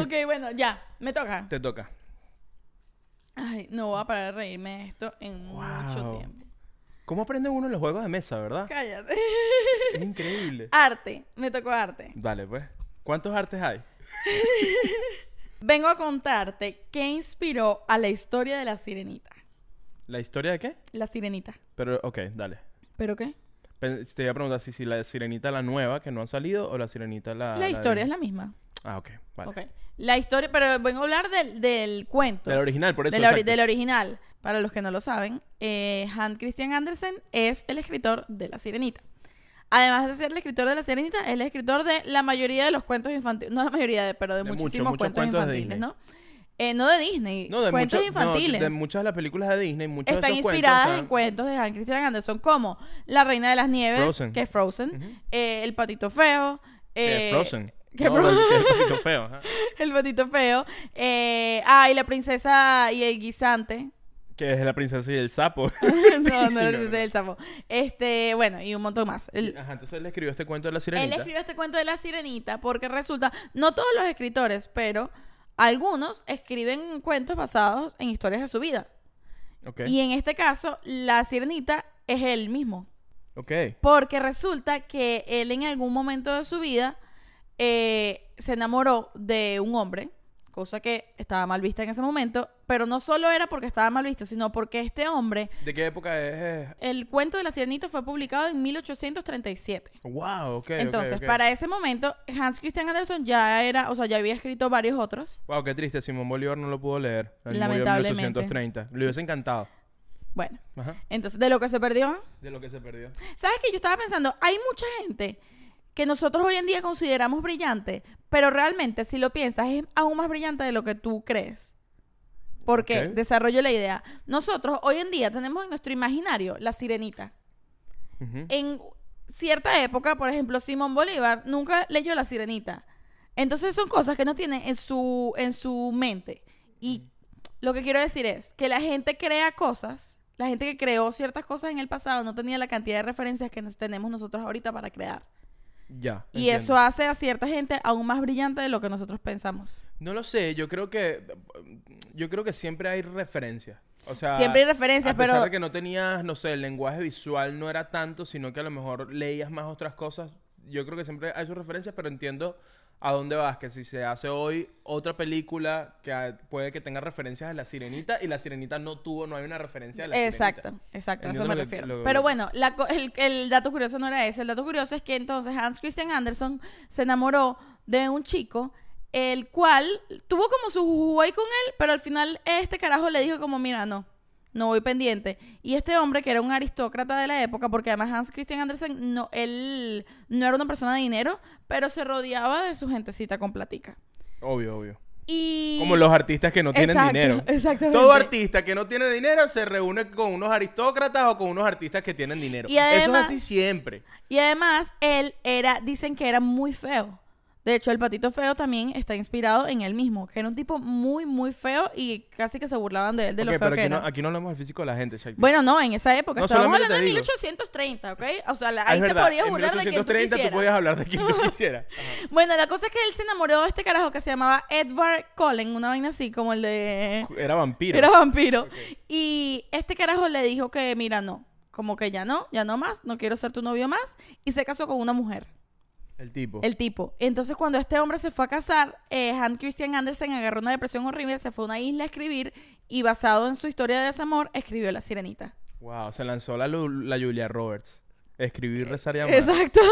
B: Ok, bueno, ya. Me toca.
A: te toca.
B: Ay, no voy a parar de reírme de esto en mucho
A: Wow.
B: tiempo.
A: ¿Cómo aprende uno en los juegos de mesa, verdad?
B: Cállate.
A: Es increíble.
B: Arte. Me tocó arte.
A: Dale, pues. ¿Cuántos artes hay?
B: Vengo a contarte qué inspiró a la historia de la sirenita.
A: ¿La historia de qué?
B: La sirenita.
A: Pero, ok, dale.
B: ¿Pero qué?
A: Pen- Te iba a preguntar si, si la sirenita la nueva que no ha salido o la sirenita Ah, la.
B: la historia es
A: de-
B: la misma.
A: Ah, ok, vale.
B: Ok. La historia, pero vengo a hablar del, del cuento.
A: De la original, por eso.
B: Del ori-
A: exacto.
B: del original. Para los que no lo saben, eh, Hans Christian Andersen es el escritor de La Sirenita. Además de ser el escritor de La Sirenita, es el escritor de la mayoría de los cuentos infantiles. No la mayoría, de, pero de,
A: De muchos,
B: muchísimos
A: muchos
B: cuentos,
A: cuentos de
B: infantiles,
A: Disney.
B: ¿no? eh, no de Disney,
A: No, de
B: cuentos
A: mucho- no,
B: infantiles.
A: de muchas de las películas de Disney, muchos
B: están
A: de esos
B: inspiradas
A: cuentos,
B: en cuentos de Hans Christian Andersen como La Reina de las Nieves,
A: Frozen.
B: que es Frozen,
A: Ujú.
B: eh, El Patito Feo,
A: Que
B: eh,
A: Frozen.
B: que
A: No,
B: Frozen.
A: que es un poquito feo. ajá.
B: El Patito Feo, eh, ah, y La Princesa y el Guisante.
A: Que es la princesa y el sapo.
B: no, no,
A: No,
B: el
A: no, no.
B: del sapo. Este, bueno, y un montón más. El-
A: Ajá, entonces él escribió este cuento de la
B: él
A: sirenita.
B: escribió este cuento de la sirenita porque resulta, no todos los escritores, pero algunos escriben cuentos basados en historias de su vida.
A: Ok.
B: Y en este caso, la sirenita es él mismo.
A: Ok.
B: Porque resulta que él en algún momento de su vida eh, se enamoró de un hombre, cosa que estaba mal vista en ese momento, pero no solo era porque estaba mal visto, sino porque este hombre,
A: ¿De qué época es?
B: el cuento de la sirenita fue publicado en 1837.
A: Wow, ok.
B: Entonces, para ese momento, Hans Christian Andersen ya era, o sea, ya había escrito varios otros.
A: Wow, qué triste. Simón Bolívar no lo pudo leer. Él murió en
B: Lamentablemente.
A: 1830. Le hubiese encantado.
B: Bueno,
A: Ajá.
B: entonces, de lo que se perdió.
A: De lo que se perdió.
B: ¿Sabes que Yo estaba pensando, hay mucha gente que nosotros hoy en día consideramos brillante, pero realmente, si lo piensas, es aún más brillante de lo que tú crees. Porque,
A: Ok.
B: desarrollo la idea, nosotros hoy en día tenemos en nuestro imaginario la sirenita.
A: Ujú.
B: En cierta época, por ejemplo, Simón Bolívar nunca leyó la sirenita. Entonces son cosas que no tienen en su, en su mente. Y lo que quiero decir es que la gente crea cosas, la gente que creó ciertas cosas en el pasado no tenía la cantidad de referencias que nos- tenemos nosotros ahorita para crear.
A: Ya.
B: Y eso
A: entiendo.
B: hace a cierta gente aún más brillante de lo que nosotros pensamos.
A: No lo sé. Yo creo que. Yo creo que siempre hay referencias. O sea.
B: Siempre hay referencias,
A: a pesar
B: pero
A: de que no tenías, no sé, el lenguaje visual no era tanto, sino que a lo mejor leías más otras cosas. Yo creo que siempre hay sus referencias, pero entiendo a dónde vas, que si se hace hoy otra película que ah, puede que tenga referencias a la sirenita y la sirenita no tuvo, no hay una referencia a la
B: Exacto,
A: sirenita.
B: exacto, a
A: Entiendo
B: eso me
A: lo que-
B: refiero.
A: lo-
B: Pero bueno, la co- el, el dato curioso no era ese. El dato curioso es que entonces Hans Christian Andersen se enamoró de un chico, el cual tuvo como su jugo ahí con él, pero al final este carajo le dijo como, mira, no, no voy pendiente. Y este hombre, que era un aristócrata de la época, porque además Hans Christian Andersen, no, él no era una persona de dinero, pero se rodeaba de su gentecita con platica.
A: Obvio, obvio.
B: Y...
A: Como los artistas que no tienen
B: Exacto,
A: dinero.
B: Exactamente.
A: Todo artista que no tiene dinero se reúne con unos aristócratas o con unos artistas que tienen dinero.
B: Y además-
A: Eso es así siempre.
B: Y además, él era, dicen que era muy feo. De hecho, el patito feo también está inspirado en él mismo, que era un tipo muy, muy feo y casi que se burlaban de él de
A: Ok,
B: lo feo
A: pero
B: que
A: aquí,
B: era.
A: no, aquí no hablamos del físico de la gente, Shakti.
B: Bueno, no, en esa época.
A: No,
B: Estábamos
A: solamente
B: hablando de
A: te digo.
B: 1830, ¿ok? O sea, la-
A: Ah,
B: ahí
A: es
B: se
A: verdad,
B: podía
A: en
B: burlar de quien tú
A: 1830 tú
B: quisieras.
A: podías hablar de quien tú quisieras. Ajá.
B: Bueno, la cosa es que él se enamoró de este carajo que se llamaba Edward Cullen, una vaina así, como el de...
A: Era vampiro.
B: Era vampiro. Y este carajo le dijo que, mira, no. Como que ya no, ya no más, no quiero ser tu novio más. Y se casó con una mujer.
A: El tipo.
B: El tipo. Entonces, cuando este hombre se fue a casar, eh, Hans Christian Andersen agarró una depresión horrible, se fue a una isla a escribir y basado en su historia de desamor, escribió La Sirenita.
A: Wow, se lanzó la, Lu- la Julia Roberts. Escribir, rezar y amar.
B: Exacto.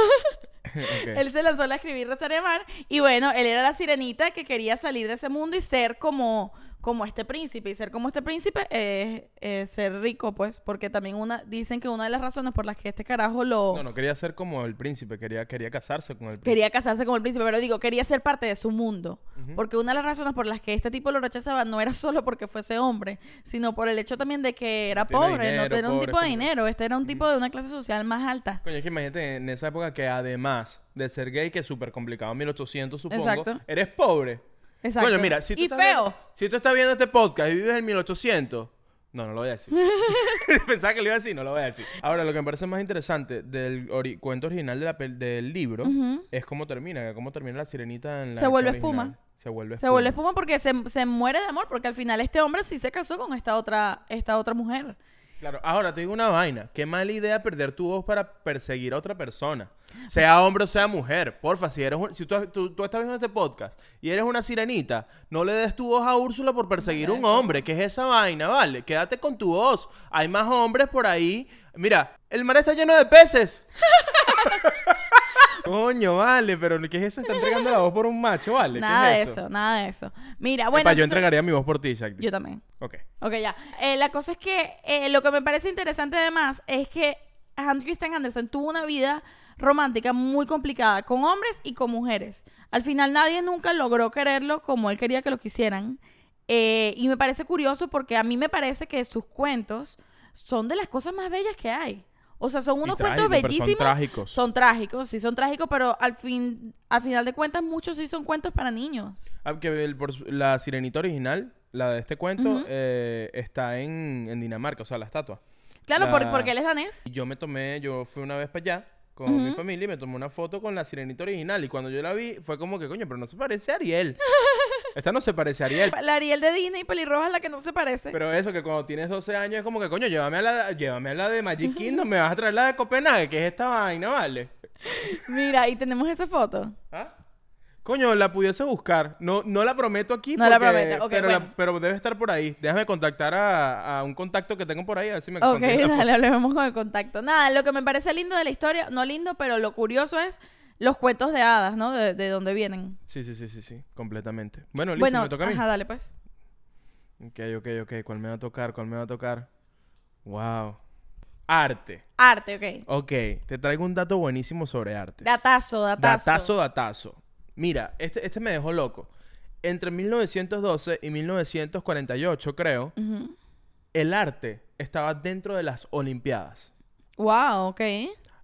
A: Ok.
B: Él se lanzó a escribir Rezar y Amar y bueno, él era la sirenita que quería salir de ese mundo y ser como como este príncipe y ser como este príncipe es es ser rico pues porque también una dicen que una de las razones por las que este carajo lo
A: No, no quería ser como el príncipe, quería, quería casarse con el príncipe.
B: quería casarse con el príncipe, pero digo, quería ser parte de su mundo. Porque una de las razones por las que este tipo lo rechazaba no era solo porque fuese hombre, sino por el hecho también de que era
A: No tiene
B: pobre, no
A: dinero,
B: tenía un
A: pobre,
B: tipo de
A: como que-
B: dinero, este era un tipo de una clase social más alta.
A: Coño, es que imagínate en esa época que además de ser gay, que es súper complicado, 1800 supongo,
B: Exacto.
A: eres pobre.
B: Exacto.
A: Bueno, mira, si tú
B: y
A: estás
B: feo.
A: viendo- si tú estás viendo este podcast y vives en 1800, no, no lo voy a decir. Pensaba que lo iba a decir, no lo voy a decir. Ahora, lo que me parece más interesante del ori- cuento original de la pel- del libro
B: Ujú.
A: es cómo termina, cómo termina la sirenita en la
B: Se
A: versión
B: vuelve
A: original.
B: espuma.
A: Se vuelve espuma.
B: Se vuelve espuma porque se, se muere de amor, porque al final este hombre sí se casó con esta otra, esta otra mujer.
A: Claro, ahora te digo una vaina. Qué mala idea perder tu voz para perseguir a otra persona. Sea hombre o sea mujer. Porfa, si eres un- si tú, tú- tú estás viendo este podcast y eres una sirenita, no le des tu voz a Úrsula por perseguir un hombre. ¿Qué es esa vaina, vale? Quédate con tu voz. Hay más hombres por ahí. Mira, el mar está lleno de peces. Coño, vale, pero ¿qué es eso? Está entregando la voz por un macho, vale. ¿Qué
B: nada
A: es
B: de eso, nada de eso. Mira, bueno,
A: Epa, yo
B: entonces-
A: entregaría mi voz por ti, Shakti.
B: yo también.
A: Ok.
B: Ok, ya. Eh, la cosa es que eh, lo que me parece interesante además es que Hans Christian Andersen tuvo una vida romántica muy complicada con hombres y con mujeres. Al final nadie nunca logró quererlo como él quería que lo quisieran. Eh, y me parece curioso porque a mí me parece que sus cuentos son de las cosas más bellas que hay. O sea, son unos cuentos
A: trágicos, pero son
B: bellísimos.
A: trágicos.
B: Son trágicos, sí, son trágicos, pero al, fin, al final de cuentas muchos sí son cuentos para niños.
A: Ah, que el por- la sirenita original, la de este cuento, eh, está en, en Dinamarca, o sea, la estatua.
B: Claro, por-
A: La-
B: porque él es danés.
A: Y yo me tomé, yo fui una vez para allá con mi familia y me tomé una foto con la sirenita original. Y cuando yo la vi, fue como que, coño, pero no se parece a Ariel. Esta no se parece a Ariel.
B: La Ariel de Disney, pelirroja, es la que no se parece.
A: Pero eso, que cuando tienes 12 años es como que, coño, llévame a la, llévame a la de Magic Kingdom, me vas a traer la de Copenhague, que es esta vaina, ¿vale?
B: Mira, y tenemos esa foto.
A: ¿Ah? Coño, la pudiese buscar. No, no la prometo aquí.
B: No la
A: porque-
B: prometo, ok,
A: pero,
B: bueno.
A: pero debe estar por ahí. Déjame contactar a, a un contacto que tengo por ahí, a ver si me
B: Ok,
A: consigue la
B: dale, hablemos con el contacto. Nada, lo que me parece lindo de la historia, no lindo, pero lo curioso es los cuentos de hadas, ¿no? De, de dónde vienen.
A: Sí, sí, sí, sí, sí, completamente. Bueno, listo,
B: Bueno,
A: me toca a mí.
B: ajá, dale pues.
A: Ok, ok, ok, ¿cuál me va a tocar? ¿Cuál me va a tocar? Wow. Arte.
B: Arte, ok.
A: Ok, te traigo un dato buenísimo sobre arte.
B: Datazo, datazo.
A: Datazo, datazo. Mira, este, este me dejó loco. Entre 1912 y 1948, creo,
B: Ujú.
A: el arte estaba dentro de las Olimpiadas.
B: Wow, ok.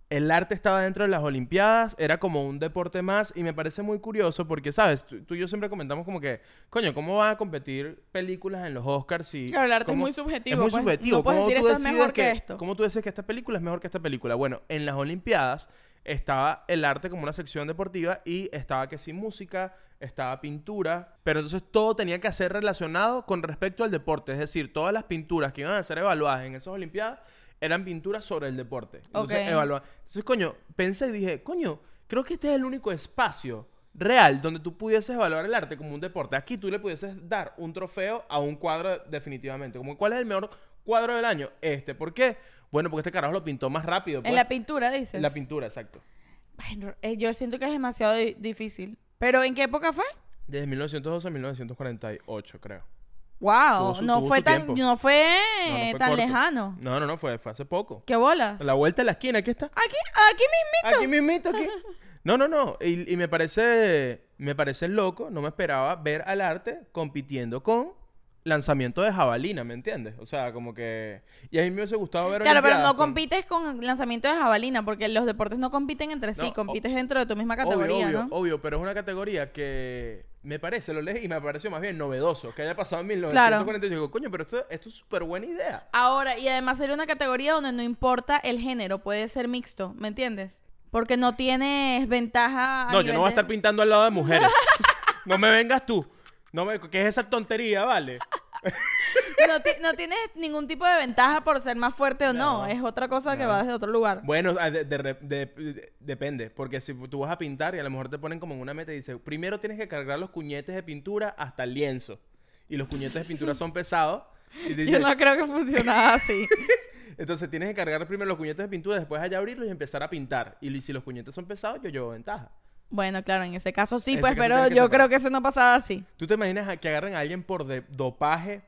A: El arte estaba dentro de las Olimpiadas, era como un deporte más y me parece muy curioso porque, ¿sabes? Tú, tú y yo siempre comentamos como que, coño, ¿cómo van a competir películas en los Oscars si...
B: Claro, el arte es
A: cómo-
B: muy subjetivo,
A: Es muy
B: pues.
A: subjetivo.
B: No puedes
A: ¿Cómo
B: decir,
A: tú
B: "Esto es
A: decides
B: mejor que esto"?
A: ¿Cómo tú dices que esta película es mejor que esta película? Bueno, en las Olimpiadas estaba el arte como una sección deportiva y estaba que sí música, estaba pintura, pero entonces todo tenía que ser relacionado con respecto al deporte, es decir, todas las pinturas que iban a ser evaluadas en esas Olimpiadas eran pinturas sobre el deporte. Entonces,
B: Ok.
A: evalua- entonces coño, pensé y dije, coño, creo que este es el único espacio real donde tú pudieses evaluar el arte como un deporte. Aquí tú le pudieses dar un trofeo a un cuadro definitivamente. Como, ¿cuál es el mejor cuadro del año? Este. ¿Por qué? Bueno, porque este carajo lo pintó más rápido. pues.
B: En la pintura, dices.
A: En la pintura, exacto.
B: Bueno, eh, yo siento que es demasiado di- difícil. ¿Pero en qué época fue?
A: Desde 1912 a 1948, creo.
B: Wow,
A: Tuvo su-
B: no
A: tuvo
B: fue
A: su
B: tan,
A: tiempo.
B: no fue,
A: No, no fue
B: Eh, tan
A: corto.
B: lejano.
A: No, no, no, fue, fue hace poco.
B: ¿Qué bolas?
A: A la vuelta de la esquina, aquí está.
B: Aquí, aquí mismito.
A: Aquí mismito, aquí. No, no, no. Y, y me parece. Me parece loco. No me esperaba ver al arte compitiendo con lanzamiento de jabalina, ¿me entiendes? O sea, como que. Y a mí me hubiese gustado ver.
B: Claro, pero
A: olimpiadas
B: no
A: con-
B: compites con lanzamiento de jabalina, porque los deportes no compiten entre sí,
A: No, o-
B: compites dentro de tu misma
A: Obvio,
B: categoría,
A: obvio,
B: ¿no?
A: obvio, pero es una categoría que me parece, lo leí y me pareció más bien novedoso, que haya pasado en
B: Claro.
A: 1948. Digo, coño, pero esto, esto es súper buena idea.
B: Ahora, y además sería una categoría donde no importa el género, puede ser mixto, ¿me entiendes? Porque no tienes ventaja. a
A: no, yo
B: nivel
A: no voy a
B: de-
A: estar pintando al lado de mujeres. no me vengas tú. No me, ¿Qué es esa tontería, vale?
B: no, ti- no tienes ningún tipo de ventaja por ser más fuerte o no,
A: No,
B: es otra cosa que
A: no.
B: va desde otro lugar.
A: Bueno, ah, de- de re- de- de- depende, porque si tú vas a pintar y a lo mejor te ponen como en una meta y dice, primero tienes que cargar los cuñetes de pintura hasta el lienzo. Y los cuñetes de pintura son pesados. Y te
B: Yo
A: dice,
B: no creo que funcionara así.
A: Entonces tienes que cargar primero los cuñetes de pintura, después allá abrirlos y empezar a pintar. Y li- si los cuñetes son pesados, yo llevo ventaja.
B: bueno, claro, en ese caso sí,
A: En ese
B: pues,
A: caso
B: pero
A: tienes que
B: yo
A: separar.
B: creo que eso no pasaba así.
A: ¿Tú te imaginas a- que agarren a alguien por de- dopaje?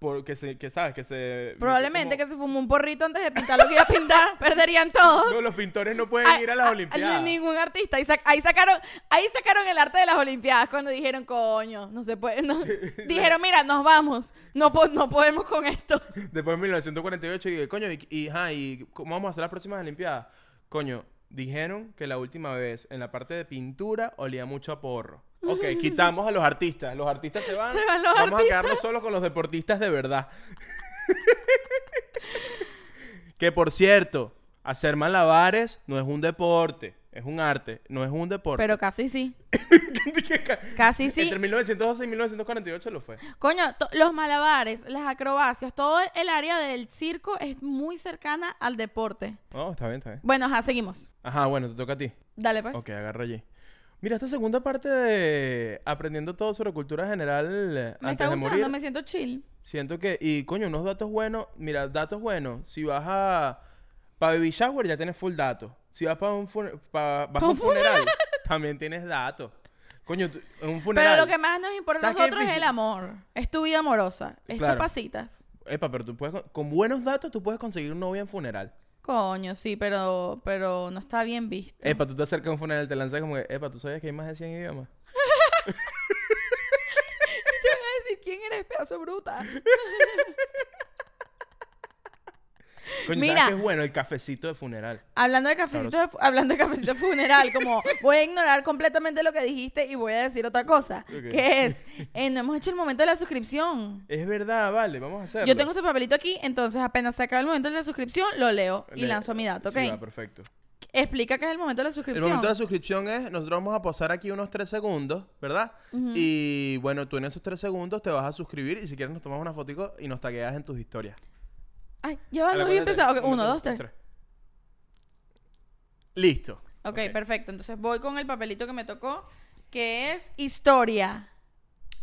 A: Porque se, que sabes, que se...
B: Probablemente que se fumó un porrito antes de pintar lo que iba a pintar, perderían todos.
A: No, los pintores no pueden ir a las
B: Ay,
A: Olimpiadas.
B: Ningún artista. Ahí, sac- ahí sacaron, ahí sacaron el arte de las Olimpiadas cuando dijeron, coño, no se puede. no". Dijeron, mira, nos vamos. No, po- no podemos con esto.
A: Después en 1948 dije, coño, y, y, ajá, ¿y cómo vamos a hacer las próximas Olimpiadas? Coño, dijeron que la última vez en la parte de pintura olía mucho a porro. Ok, quitamos a los artistas. Los artistas se van.
B: Se van los
A: vamos a quedarnos solos con los deportistas de verdad. que por cierto, hacer malabares no es un deporte, es un arte, no es un deporte.
B: Pero casi sí.
A: Dije, ca-
B: Casi sí.
A: Entre 1912 y 1948 lo fue.
B: Coño, to- los malabares, las acrobacias, todo el área del circo es muy cercana al deporte.
A: Oh, está bien, está bien.
B: Bueno, ajá, seguimos.
A: Ajá, bueno, te toca a ti.
B: Dale, pues.
A: Ok, agarra allí. Mira, esta segunda parte de aprendiendo todo sobre cultura general eh, antes
B: Me está
A: de
B: gustando,
A: morir.
B: me siento chill.
A: Siento que, y coño, unos datos buenos. Mira, datos buenos. Si vas a. Para Baby Shower ya tienes full datos. Si vas para un, fun- pa- vas
B: ¿Pa
A: a un
B: un
A: funeral, también tienes datos. Coño, tú- en un funeral.
B: Pero lo que más nos importa a
A: ¿Sabes qué
B: nosotros es
A: difícil?
B: el amor. Es tu vida amorosa. Es
A: Claro.
B: tus pasitas.
A: Epa, pero tú puedes. con- Con buenos datos tú puedes conseguir un novia en funeral.
B: Coño, sí, pero, pero no está bien visto.
A: Epa, tú te acercas a un funeral, te lanzas como que. Epa, tú sabes que hay más de 100 idiomas.
B: te van a decir ¿Quién eres, pedazo de bruta?
A: Coño,
B: Mira.
A: ¿sabes qué es bueno? El cafecito de funeral.
B: Hablando de cafecito, de fu- hablando de cafecito funeral, como voy a ignorar completamente lo que dijiste y voy a decir otra cosa,
A: Ok.
B: que es, eh, no hemos hecho el momento de la suscripción.
A: Es verdad, vale, vamos a hacerlo.
B: Yo tengo este papelito aquí, entonces apenas se acaba el momento de la suscripción, lo leo y
A: Le-
B: lanzo mi dato, ¿ok?
A: Sí, va, perfecto.
B: Explica qué es el momento de la
A: El
B: suscripción.
A: momento de la suscripción es, nosotros vamos a posar aquí unos 3 segundos, ¿verdad? Y bueno, tú en esos 3 segundos te vas a suscribir y si quieres nos tomas una fotico y nos tagueas en tus historias.
B: Ay, ya
A: A
B: va,
A: la
B: Ah,
A: cuenta de
B: no había empezado.
A: tres.
B: Ok, Uno, dos, tres.
A: Listo.
B: Ok, perfecto. Entonces voy con el papelito que me tocó, que es historia.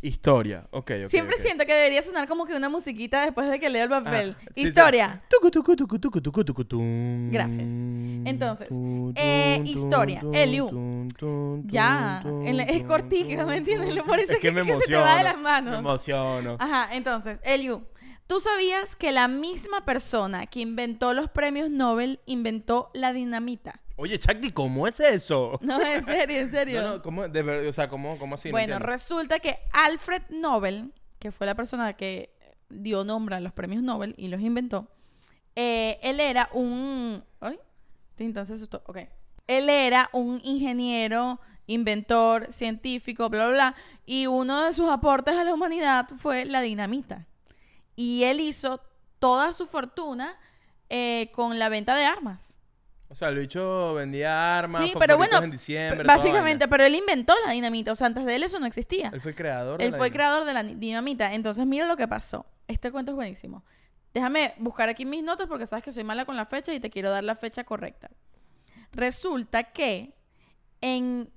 A: Historia, ok, ok.
B: Siempre
A: ok.
B: siento que debería sonar como que una musiquita después de que leo el
A: Ah,
B: papel.
A: sí, sí.
B: historia.
A: Tucu, tucu, tucu, tucu, tucu, tucu, tum.
B: Gracias. Entonces,
A: Tum,
B: eh,
A: tum,
B: historia.
A: tum,
B: Eliu.
A: tum, tum, tum,
B: Ya,
A: tum,
B: en la- es
A: tum,
B: cortica,
A: tum,
B: ¿me entiendes?
A: tum.
B: Por eso
A: es que, me
B: que
A: emociono.
B: se te va de las
A: Me
B: manos. Ah.
A: emociono.
B: Ajá, entonces, Eliu, ¿tú sabías que la misma persona que inventó los premios Nobel inventó la dinamita?
A: Oye, Chakti, ¿cómo es eso?
B: No, en serio, en serio.
A: No, no, ¿cómo? De ver- o sea, ¿cómo, cómo así? No
B: bueno,
A: entiendo.
B: resulta que Alfred Nobel, que fue la persona que dio nombre a los premios Nobel y los inventó, eh, él era un... ¡Ay! Tintan se asustó. Ok. Él era un ingeniero, inventor, científico, bla, bla, bla. Y uno de sus aportes a la humanidad fue la dinamita. Y él hizo toda su fortuna eh, con la venta de armas.
A: O sea, el bicho vendía armas,
B: sí, pero
A: fosforitos
B: bueno,
A: en diciembre, toda
B: básicamente, pero él inventó la dinamita. O sea, antes de él eso no existía.
A: vaina. Él fue el creador. de
B: Él
A: la
B: fue el
A: vaina.
B: creador de la ni- dinamita. Entonces, mira lo que pasó. Este cuento es buenísimo. Déjame buscar aquí mis notas porque sabes que soy mala con la fecha y te quiero dar la fecha correcta. Resulta que en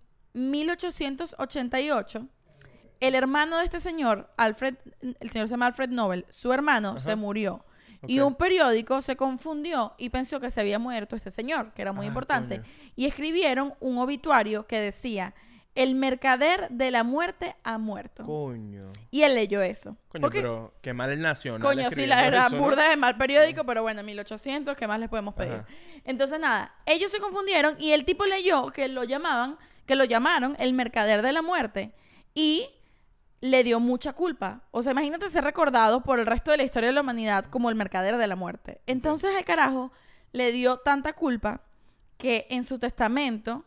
B: 1888, el hermano de este señor, Alfred, el señor se llama Alfred Nobel, su hermano se murió. Y
A: Ok.
B: un periódico se confundió y pensó que se había muerto este señor, que era muy
A: Ah,
B: importante.
A: coño.
B: Y escribieron un obituario que decía, el mercader de la muerte ha muerto.
A: Coño.
B: Y él leyó eso.
A: Coño,
B: Porque,
A: pero qué mal el nacional.
B: coño, sí,
A: escribiendo
B: la verdad,
A: eso, ¿no?
B: burda de mal periódico, pero bueno, 1800, ¿qué más les podemos pedir?
A: Ajá.
B: Entonces, nada, ellos se confundieron y el tipo leyó que lo llamaban, que lo llamaron el mercader de la muerte y le dio mucha culpa. O sea, imagínate ser recordado por el resto de la historia de la humanidad como el mercader de la muerte. Entonces, el carajo le dio tanta culpa que en su testamento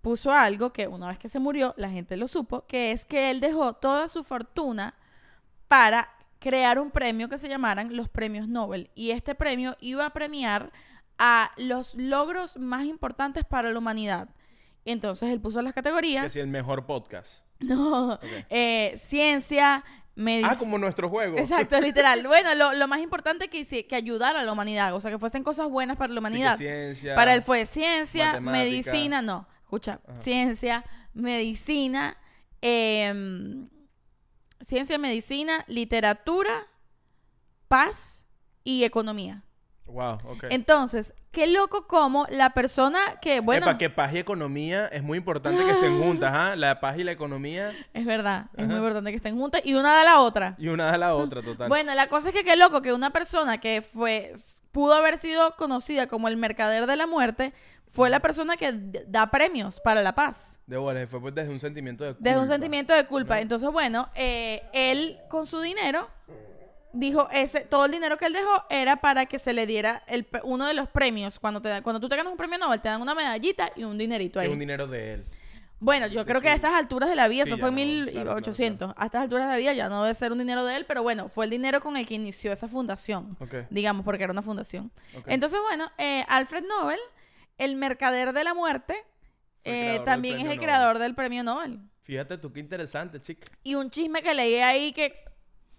B: puso algo que una vez que se murió, la gente lo supo, que es que él dejó toda su fortuna para crear un premio que se llamaran los premios Nobel. Y este premio iba a premiar a los logros más importantes para la humanidad. Entonces él puso las
A: Que
B: categorías.
A: sí, el mejor podcast.
B: No, eh, ciencia, medicina.
A: Ah, como nuestro juego.
B: Exacto, literal. Bueno, lo, lo más importante que, hici- que ayudara a la humanidad, o sea, que fuesen cosas buenas para
A: Sí, que
B: la humanidad.
A: ciencia.
B: Para él fue ciencia,
A: matemática.
B: medicina, no, escucha,
A: Ajá.
B: ciencia, medicina, em, ciencia, medicina, literatura, paz y economía.
A: Wow, ok.
B: Entonces, qué loco como la persona que, bueno,
A: Epa, que paz y economía es muy importante que estén juntas, ¿ah? La paz y la economía
B: es verdad, es muy
A: Ajá.
B: importante que estén juntas y una da la otra.
A: y una a la otra, total.
B: Bueno, la cosa es que qué loco que una persona que fue pudo haber sido conocida como el mercader de la muerte fue la persona que d- da premios para la paz.
A: De bolas, fue pues desde un sentimiento de
B: Desde un
A: culpa.
B: sentimiento de culpa. Entonces, bueno, eh, él con su dinero dijo ese todo el dinero que él dejó era para que se le diera el pe- uno de los premios cuando te dan- cuando tú te ganas un premio Nobel te dan una medallita y un dinerito
A: Que
B: ahí
A: Es un dinero de él.
B: bueno yo creo que a estas alturas de la vida
A: Sí,
B: eso
A: ya
B: fue en
A: no, claro,
B: 1800
A: claro,
B: a estas alturas de la vida ya no debe ser un dinero de él pero bueno fue el dinero con el que inició esa fundación
A: Ok.
B: digamos porque era una fundación
A: ok.
B: entonces, bueno, eh, Alfred Nobel, el mercader de la muerte,
A: Fue el creador del
B: eh, también es el
A: premio Nobel.
B: creador del premio Nobel.
A: Fíjate tú qué interesante, chica.
B: Y un chisme que leí ahí que,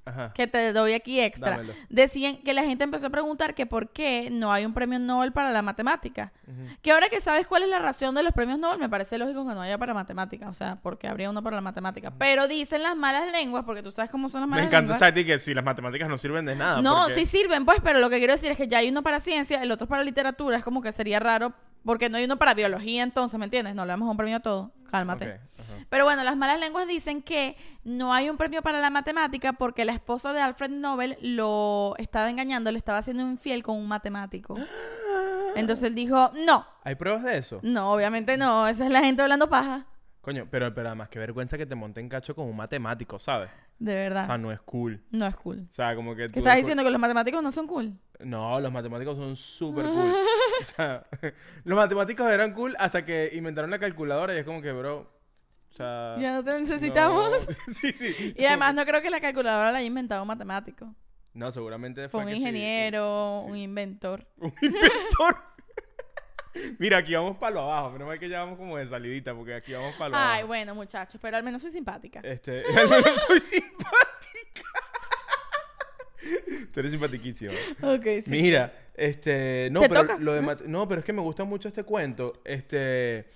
A: Ajá.
B: que te doy aquí extra.
A: Dámelo.
B: Decían que la gente empezó a preguntar que por qué no hay un premio Nobel para la matemática.
A: Ujú.
B: Que ahora que sabes cuál es la razón de los premios Nobel, me parece lógico que no haya para matemática. O sea, porque habría uno para la matemática. Pero dicen las malas lenguas, porque tú sabes cómo son las
A: Me
B: malas
A: encanta,
B: lenguas.
A: Sati, que si las matemáticas no sirven de nada.
B: No,
A: porque-
B: sí sirven, pues, pero lo que quiero decir es que ya hay uno para ciencia, el otro para literatura, es como que sería raro, porque no hay uno para biología, entonces, ¿me entiendes? No le damos un premio a todo, cálmate.
A: Ok, ajá.
B: Pero bueno, las malas lenguas dicen que no hay un premio para la matemática porque la esposa de Alfred Nobel lo estaba engañando, le estaba haciendo infiel con un matemático. Entonces él dijo, no,
A: ¿Hay pruebas de eso?
B: no, obviamente no, esa es la gente hablando paja.
A: Coño, pero, pero además, qué vergüenza que te monten cacho con un matemático, ¿sabes?
B: De
A: O sea,
B: verdad.
A: no es cool.
B: No es cool.
A: O sea, como que tú
B: Ah. ¿Qué estás
A: después-
B: diciendo? ¿Que los matemáticos no son cool?
A: No, los matemáticos son súper cool. o sea, los matemáticos eran cool hasta que inventaron la calculadora y es como que, bro. O sea.
B: Ya no te necesitamos.
A: no. sí, sí.
B: Y además no creo que la calculadora la haya inventado un matemático.
A: No, seguramente
B: Fue
A: fue.
B: un
A: que sí,
B: ingeniero,
A: sí.
B: un inventor.
A: Un inventor. Mira, aquí vamos para lo abajo. Menos mal que ya vamos como de salidita, porque aquí vamos para lo
B: Ay,
A: abajo.
B: bueno, muchachos, pero al menos soy simpática.
A: Este, al menos soy simpática. Tú eres simpatiquísimo.
B: Ok, sí.
A: Mira, este, no,
B: Te
A: pero
B: toca.
A: lo de mate- no, pero es que me gusta mucho este cuento, este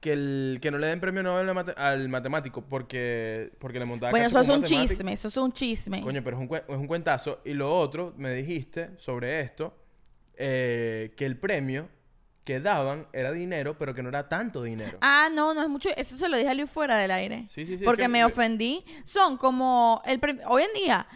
A: que el que no le den premio Nobel a mate- al matemático porque porque le montaba
B: Bueno,
A: cacho
B: eso es
A: con
B: un
A: matemático.
B: chisme, eso es un chisme.
A: Coño, pero es un, cuen- es un cuentazo y lo otro me dijiste sobre esto eh, que el premio que daban era dinero, pero que no era tanto dinero.
B: Ah, no, no es mucho. Eso se lo dije a Luis fuera del aire.
A: Sí, sí, sí, es
B: Porque
A: que-
B: me ofendí. Son como el premio. Hoy en día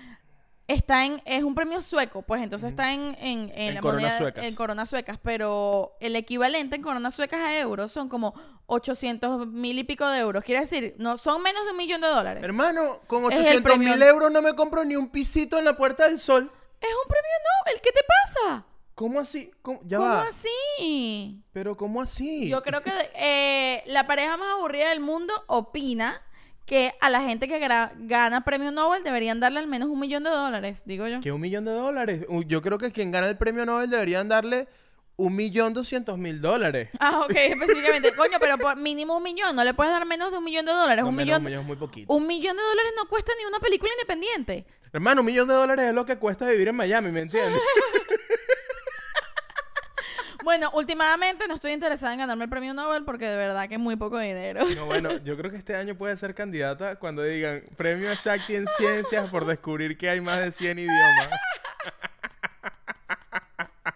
B: está en. Es un premio sueco, pues entonces está en. En, en,
A: En
B: la
A: coronas
B: moneda-
A: suecas.
B: En coronas suecas. Pero el equivalente en coronas suecas a euros son como 800 mil y pico de euros. Quiere decir, no son menos de un millón de dólares.
A: Hermano, con
B: Es el
A: 800 mil
B: premio.
A: euros no me compro ni un pisito en la Puerta del Sol.
B: Es un premio Nobel. ¿Qué te pasa?
A: ¿Cómo así? ¿Cómo? Ya
B: ¿Cómo
A: va.
B: así?
A: Pero ¿cómo así?
B: Yo creo que eh, la pareja más aburrida del mundo opina que a la gente que gra- gana premio Nobel deberían darle al menos un millón de dólares, digo yo.
A: Que un millón de dólares. U- Yo creo que quien gana el premio Nobel deberían darle un millón doscientos mil dólares.
B: Ah, ok, específicamente. Coño, pero por mínimo un millón, no le puedes dar menos de un millón de dólares.
A: No,
B: un,
A: menos
B: millón,
A: es muy poquito.
B: un millón de dólares no cuesta ni una película independiente.
A: Hermano, un millón de dólares es lo que cuesta vivir en Miami, ¿me entiendes?
B: Bueno, últimamente no estoy interesada en ganarme el premio Nobel porque de verdad que es muy poco dinero.
A: no, bueno, yo creo que este año puede ser candidata cuando digan premio a Shakti en ciencias por descubrir que hay más de 100 idiomas.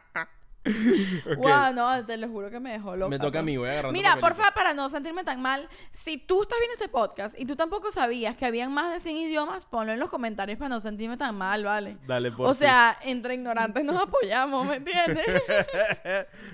A: Ok.
B: Wow, no, te lo juro que me dejó loca.
A: Me toca a
B: pues.
A: mí, voy agarrando
B: Mira,
A: papelitos.
B: porfa, para no sentirme tan mal, si tú estás viendo este podcast y tú tampoco sabías que habían más de 100 idiomas, ponlo en los comentarios para no sentirme tan mal, ¿vale?
A: Dale, por
B: O
A: ti.
B: sea, entre ignorantes nos apoyamos, ¿me entiendes?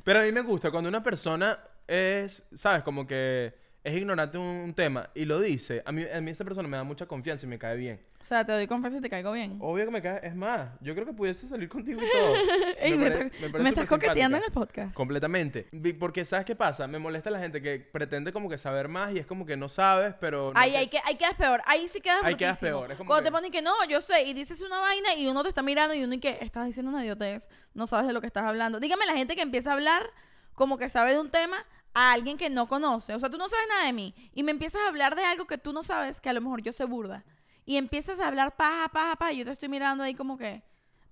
A: Pero a mí me gusta cuando una persona es, ¿sabes? Como que es ignorante un, un tema y lo dice. A mí, a mí esta persona me da mucha confianza y me cae bien.
B: o sea, te doy confianza y te caigo bien.
A: Obvio que me cae. Es más, yo creo que pudiese salir contigo y todo.
B: Ey, me,
A: pare-
B: está-
A: parece
B: me estás
A: súper
B: coqueteando en el
A: simpática.
B: podcast.
A: Completamente. Vi- Porque ¿sabes qué pasa? Me molesta la gente que pretende como que saber más y es como que no sabes, pero... no
B: Ahí,
A: te-
B: ahí, que, ahí quedas peor, ahí sí quedas
A: Ahí quedas
B: brutísimo.
A: peor, es como
B: Cuando
A: que-
B: te ponen que no, yo sé, y dices una vaina y uno te está mirando y uno y que estás diciendo una idiotez, no sabes de lo que estás hablando. Dígame la gente que empieza a hablar como que sabe de un tema a alguien que no conoce, o sea, tú no sabes nada de mí y me empiezas a hablar de algo que tú no sabes, que a lo mejor yo sé burda, y empiezas a hablar paja, paja, paja, y yo te estoy mirando ahí como que,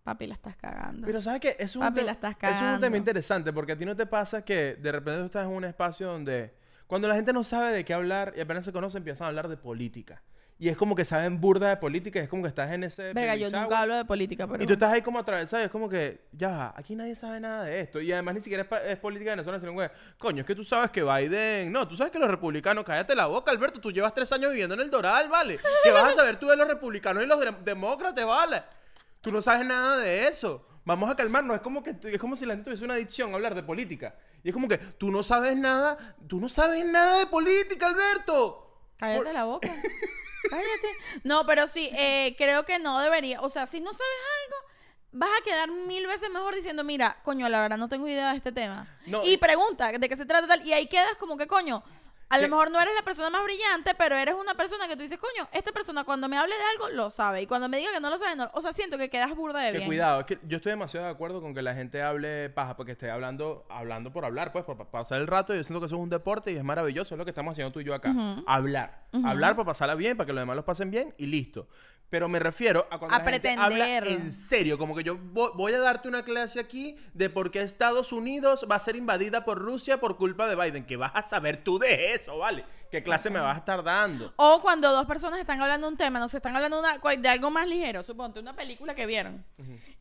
B: papi, la estás cagando.
A: Pero ¿sabes qué? Eso es,
B: Papi,
A: un
B: la
A: tema,
B: estás
A: eso es un tema
B: cagando.
A: interesante porque a ti no te pasa que de repente tú estás en un espacio donde cuando la gente no sabe de qué hablar y apenas se conoce empiezan a hablar de política. Y es como que saben burda de política y es como que estás en ese...
B: Verga,
A: baby
B: yo
A: shower.
B: nunca hablo de política, pero...
A: Y tú estás ahí como atravesado y es como que, ya, va, aquí nadie sabe nada de esto. Y además ni siquiera es, pa- es política de Venezuela, sino que, coño, es que tú sabes que Biden... No, tú sabes que los republicanos... Cállate la boca, Alberto, tú llevas tres años viviendo en el Doral, ¿vale? Que vas a saber tú de los republicanos y los de- demócratas, ¿vale? Tú no sabes nada de eso. Vamos a calmarnos. Es como, que, tú- es como si la gente tuviese una adicción a hablar de política. Y es como que, tú no sabes nada... Tú no sabes nada de política, Alberto.
B: Cállate
A: Por-
B: la boca. Cállate. No, pero sí, eh, creo que no debería. O sea, si no sabes algo, vas a quedar mil veces mejor diciendo, mira, coño, la verdad no tengo idea de este tema.
A: No,
B: y
A: y-
B: pregunta de qué se trata tal. Y ahí quedas como que, coño, a
A: Que-
B: lo mejor no eres la persona más brillante, pero eres una persona que tú dices, coño, esta persona cuando me hable de algo lo sabe. Y cuando me diga que no lo sabe, no. O sea, siento que quedas burda de
A: Que
B: bien.
A: cuidado, es que yo estoy demasiado de acuerdo con que la gente hable paja, porque esté hablando, hablando por hablar, pues, por pa- pasar el rato. Yo siento que eso es un deporte y es maravilloso, es lo que estamos haciendo tú y yo acá. Hablar. Hablar para pasarla bien, para que los demás los pasen bien y listo. Pero me refiero a cuando
B: A
A: la gente habla
B: pretender.
A: en serio, como que yo vo- voy a darte una clase aquí de por qué Estados Unidos va a ser invadida por Rusia por culpa de Biden, que vas a saber tú de eso, ¿vale? ¿Qué clase me vas a estar dando?
B: O cuando dos personas están hablando de un tema, no sé, están hablando de, una- cual- de algo más ligero, suponte una película que vieron.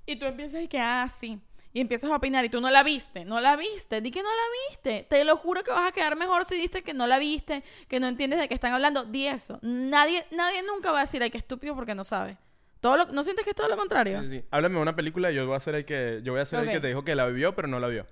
B: Y tú empiezas y que, ah, sí. Y empiezas a opinar y tú no la viste, no la viste, di que no la viste. Te lo juro que vas a quedar mejor si diste que no la viste, que no entiendes de qué están hablando. Di eso. Nadie, nadie nunca va a decir, ay, qué estúpido porque no sabe. Todo lo- ¿No sientes que es todo lo contrario?
A: Sí, sí. Háblame de una película y yo voy a ser el que, yo voy a ser
B: Ok.
A: el que te dijo que la vio, pero no la vio.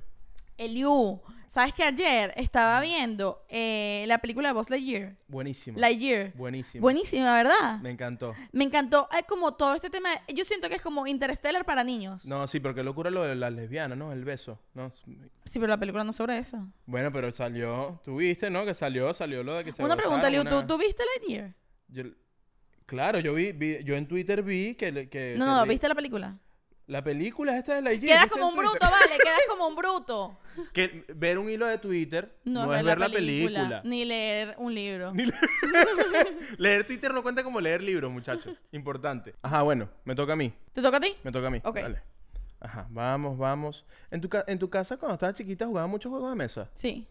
B: Eliu, ¿Sabes que ayer estaba viendo eh, la película de Buzz Lightyear?
A: Buenísimo.
B: Lightyear.
A: Buenísimo.
B: Buenísima, ¿verdad?
A: Me encantó.
B: Me encantó eh, como todo este tema. de- Yo siento que es como Interstellar para niños.
A: No, sí, pero qué locura lo de las lesbianas, ¿no? El beso. ¿no? Es-
B: Sí, pero la película no es sobre eso.
A: Bueno, pero salió. ¿Tú viste, no? Que salió, salió lo de que se
B: Una pregunta, Liu,
A: gozaron,
B: ¿tú,
A: una-
B: tú viste Lightyear?
A: Yo- Claro, yo vi, vi- yo en Twitter vi que, le- que-
B: No,
A: que
B: no, no,
A: le-
B: ¿viste la película?
A: la película esta de la IG,
B: Quedas
A: ¿viste en
B: como un bruto,
A: Twitter?
B: vale, quedas como un bruto.
A: Que ver un hilo de Twitter
B: No,
A: no, es ver la película.
B: Ni leer un libro.
A: Ni- Leer Twitter no cuenta como leer libros, muchachos. Importante. Ajá, bueno, me toca a mí.
B: ¿Te toca a ti?
A: Me toca a mí.
B: Ok.
A: Dale. Ajá, vamos, vamos. ¿En tu, ca- en tu casa cuando estabas chiquita jugabas muchos juegos de mesa?
B: Sí.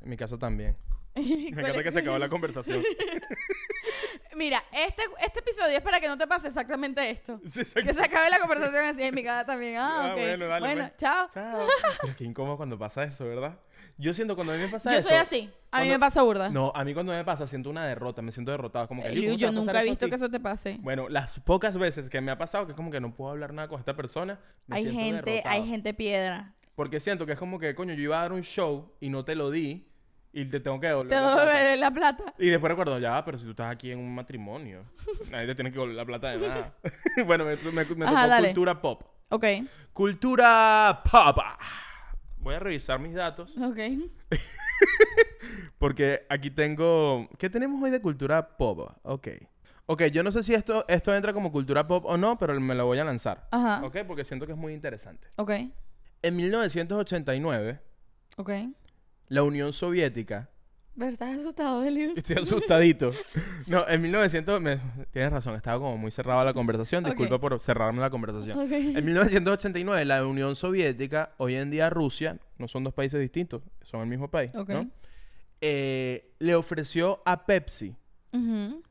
A: En mi casa también.
B: Me
A: Me encanta que se acabó la conversación.
B: Mira, este, este episodio es para que no te pase exactamente esto.
A: Sí, se-
B: Que se acabe la conversación así en mi casa también. Ah,
A: Ah,
B: ok.
A: bueno, dale, pues.
B: chao.
A: Chao. Pero Qué incómodo cuando pasa eso, ¿verdad? Yo siento cuando a mí me pasa
B: Yo
A: eso.
B: soy así. A mí
A: cuando-
B: me pasa burda.
A: No, a mí cuando me pasa siento una derrota, me siento derrotado. Como que
B: Eh,
A: Liu,
B: Liu,
A: ¿cómo te
B: yo
A: va a pasar
B: nunca he visto
A: a ti?
B: que eso te pase.
A: Bueno, las pocas veces que me ha pasado que es como que no puedo hablar nada con esta persona. me
B: Hay
A: siento
B: gente,
A: derrotado.
B: hay gente piedra.
A: Porque siento que es como que, coño, yo iba a dar un show y no te lo di y te tengo que devolver.
B: Te
A: la
B: voy a
A: plata.
B: devolver la plata.
A: Y después recuerdo, ya, pero si tú estás aquí en un matrimonio, nadie te tiene que devolver la plata de nada. bueno, me, me- me
B: Ajá,
A: tocó
B: dale.
A: cultura pop.
B: Ok,
A: Cultura pop. Ah, Voy a revisar mis datos
B: ok.
A: porque aquí tengo... ¿Qué tenemos hoy de cultura pop? Ok. Ok, yo no sé si esto, esto entra como cultura pop o no, pero me lo voy a lanzar.
B: Ajá.
A: Ok, porque siento que es muy interesante.
B: Ok,
A: En 1989,
B: ok.
A: la Unión Soviética
B: Pero estás asustado, ¿eh, Liu?
A: Estoy asustadito. No, en 1900... me- Tienes razón, estaba como muy cerrada la conversación.
B: Ok.
A: Disculpa por cerrarme la conversación.
B: Ok.
A: En 1989, la Unión Soviética, hoy en día Rusia, no son dos países distintos, son el mismo país,
B: Ok.
A: ¿no? Eh, le ofreció a Pepsi
B: Ujú.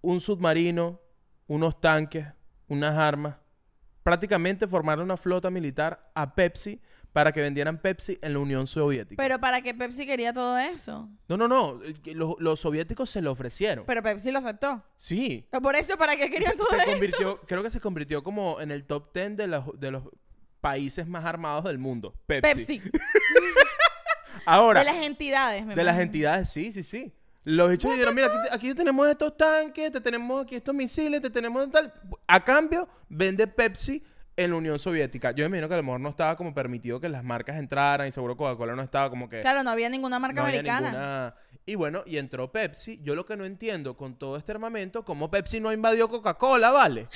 A: un submarino, unos tanques, unas armas. Prácticamente formaron una flota militar a Pepsi para que vendieran Pepsi en la Unión Soviética.
B: Pero ¿para qué Pepsi quería todo eso?
A: No, no, no. eh, que Los, los soviéticos se lo ofrecieron.
B: Pero Pepsi lo aceptó.
A: Sí.
B: Por eso, ¿para qué querían todo
A: se
B: eso?
A: convirtió, creo que se convirtió como en el top 10 de los, de los países más armados del mundo. Pepsi.
B: Pepsi.
A: Ahora,
B: De las entidades, me imagino.
A: entidades, sí, sí, sí. Los hechos dijeron, mira, aquí, te- aquí tenemos estos tanques, te tenemos aquí estos misiles, te tenemos tal. A cambio, vende Pepsi en la Unión Soviética. Yo me imagino que a lo mejor no estaba como permitido que las marcas entraran y seguro Coca-Cola no estaba como que...
B: Claro, no había ninguna marca
A: no había
B: americana.
A: ninguna- Y bueno, y entró Pepsi. Yo lo que no entiendo con todo este armamento, ¿cómo Pepsi no invadió Coca-Cola, vale?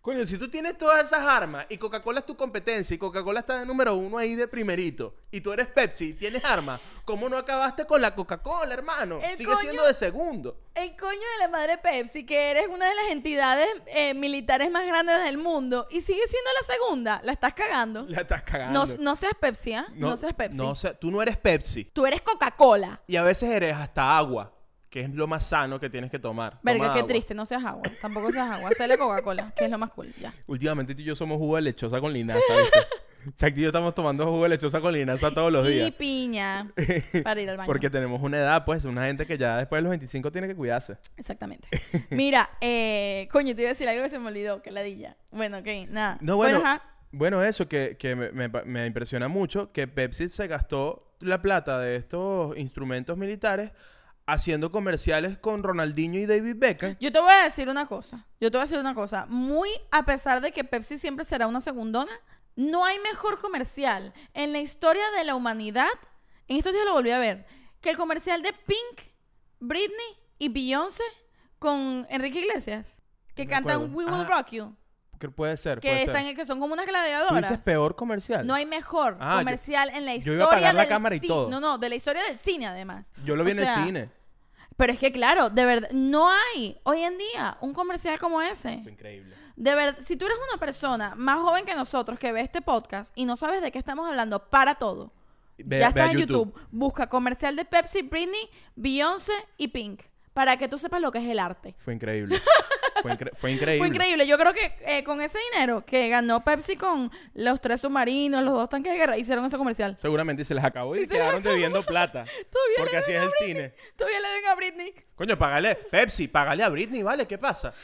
A: Coño, si tú tienes todas esas armas y Coca-Cola es tu competencia y Coca-Cola está de número uno ahí de primerito y tú eres Pepsi y tienes armas, ¿cómo no acabaste con la Coca-Cola, hermano?
B: El
A: Sigue
B: coño-
A: siendo de segundo.
B: El coño de la madre Pepsi, que eres una de las entidades eh, militares más grandes del mundo y sigue siendo la segunda, la estás cagando.
A: La estás cagando.
B: No, no seas Pepsi, ¿ah? No, seas Pepsi.
A: No, sea- tú no eres Pepsi.
B: Tú eres Coca-Cola.
A: Y a veces eres hasta agua, que es lo más sano que tienes que tomar.
B: Verga,
A: Toma
B: qué
A: agua.
B: triste, no seas agua. Tampoco seas agua. Sale Coca-Cola, que es lo más cool. Ya.
A: Últimamente tú y yo somos jugo de lechosa con linaza, ¿viste? Chacti y yo estamos tomando jugo de lechosa con linaza todos los
B: Y
A: días.
B: piña. Para ir al baño.
A: Porque tenemos una edad, pues, una gente que ya después de los 25 tiene que cuidarse.
B: Exactamente. Mira, eh, coño, te iba a decir algo que se me olvidó, que ladilla. Bueno, ok, nada.
A: No, bueno,
B: ajá.
A: bueno eso que, que me, me pa- me impresiona mucho, que Pepsi se gastó la plata de estos instrumentos militares haciendo comerciales con Ronaldinho y David Beckham.
B: Yo te voy a decir una cosa. Yo te voy a decir una cosa. Muy a pesar de que Pepsi siempre será una segundona, no hay mejor comercial en la historia de la humanidad. En estos días lo volví a ver. Que el comercial de Pink, Britney y Beyoncé con Enrique Iglesias. Que
A: No me
B: cantan
A: acuerdo.
B: We Will
A: Ah,
B: Rock You.
A: Que puede ser, puede
B: Que,
A: ser.
B: están, que son como unas
A: ¿Tú
B: gladiadoras.
A: dices peor comercial?
B: No hay mejor
A: Ah, yo-
B: comercial en la
A: yo
B: historia
A: iba a apagar la
B: del
A: cámara y
B: cine.
A: todo.
B: No, no, de la historia del cine además.
A: Yo lo vi
B: O
A: en
B: sea,
A: el cine.
B: Pero es que claro, de verdad, no hay hoy en día un comercial como ese.
A: Fue increíble.
B: De verdad, si tú eres una persona más joven que nosotros que ve este podcast y no sabes de qué estamos hablando, para todo.
A: Ve-
B: ya
A: ve
B: está
A: a
B: en YouTube.
A: YouTube.
B: Busca comercial de Pepsi, Britney, Beyoncé y Pink. Para que tú sepas lo que es el arte.
A: Fue increíble. Fue, incre- fue increíble.
B: Fue increíble. Yo creo que eh, con ese dinero que ganó Pepsi con los tres submarinos, los dos tanques de guerra, hicieron ese comercial.
A: Seguramente se les acabó y,
B: Y se les
A: quedaron debiendo plata.
B: Todavía
A: Porque
B: le
A: así es
B: deben
A: el
B: a Britney.
A: cine.
B: Todavía le deben a Britney.
D: Coño, págale. Pepsi, págale a Britney, ¿vale? ¿Qué pasa?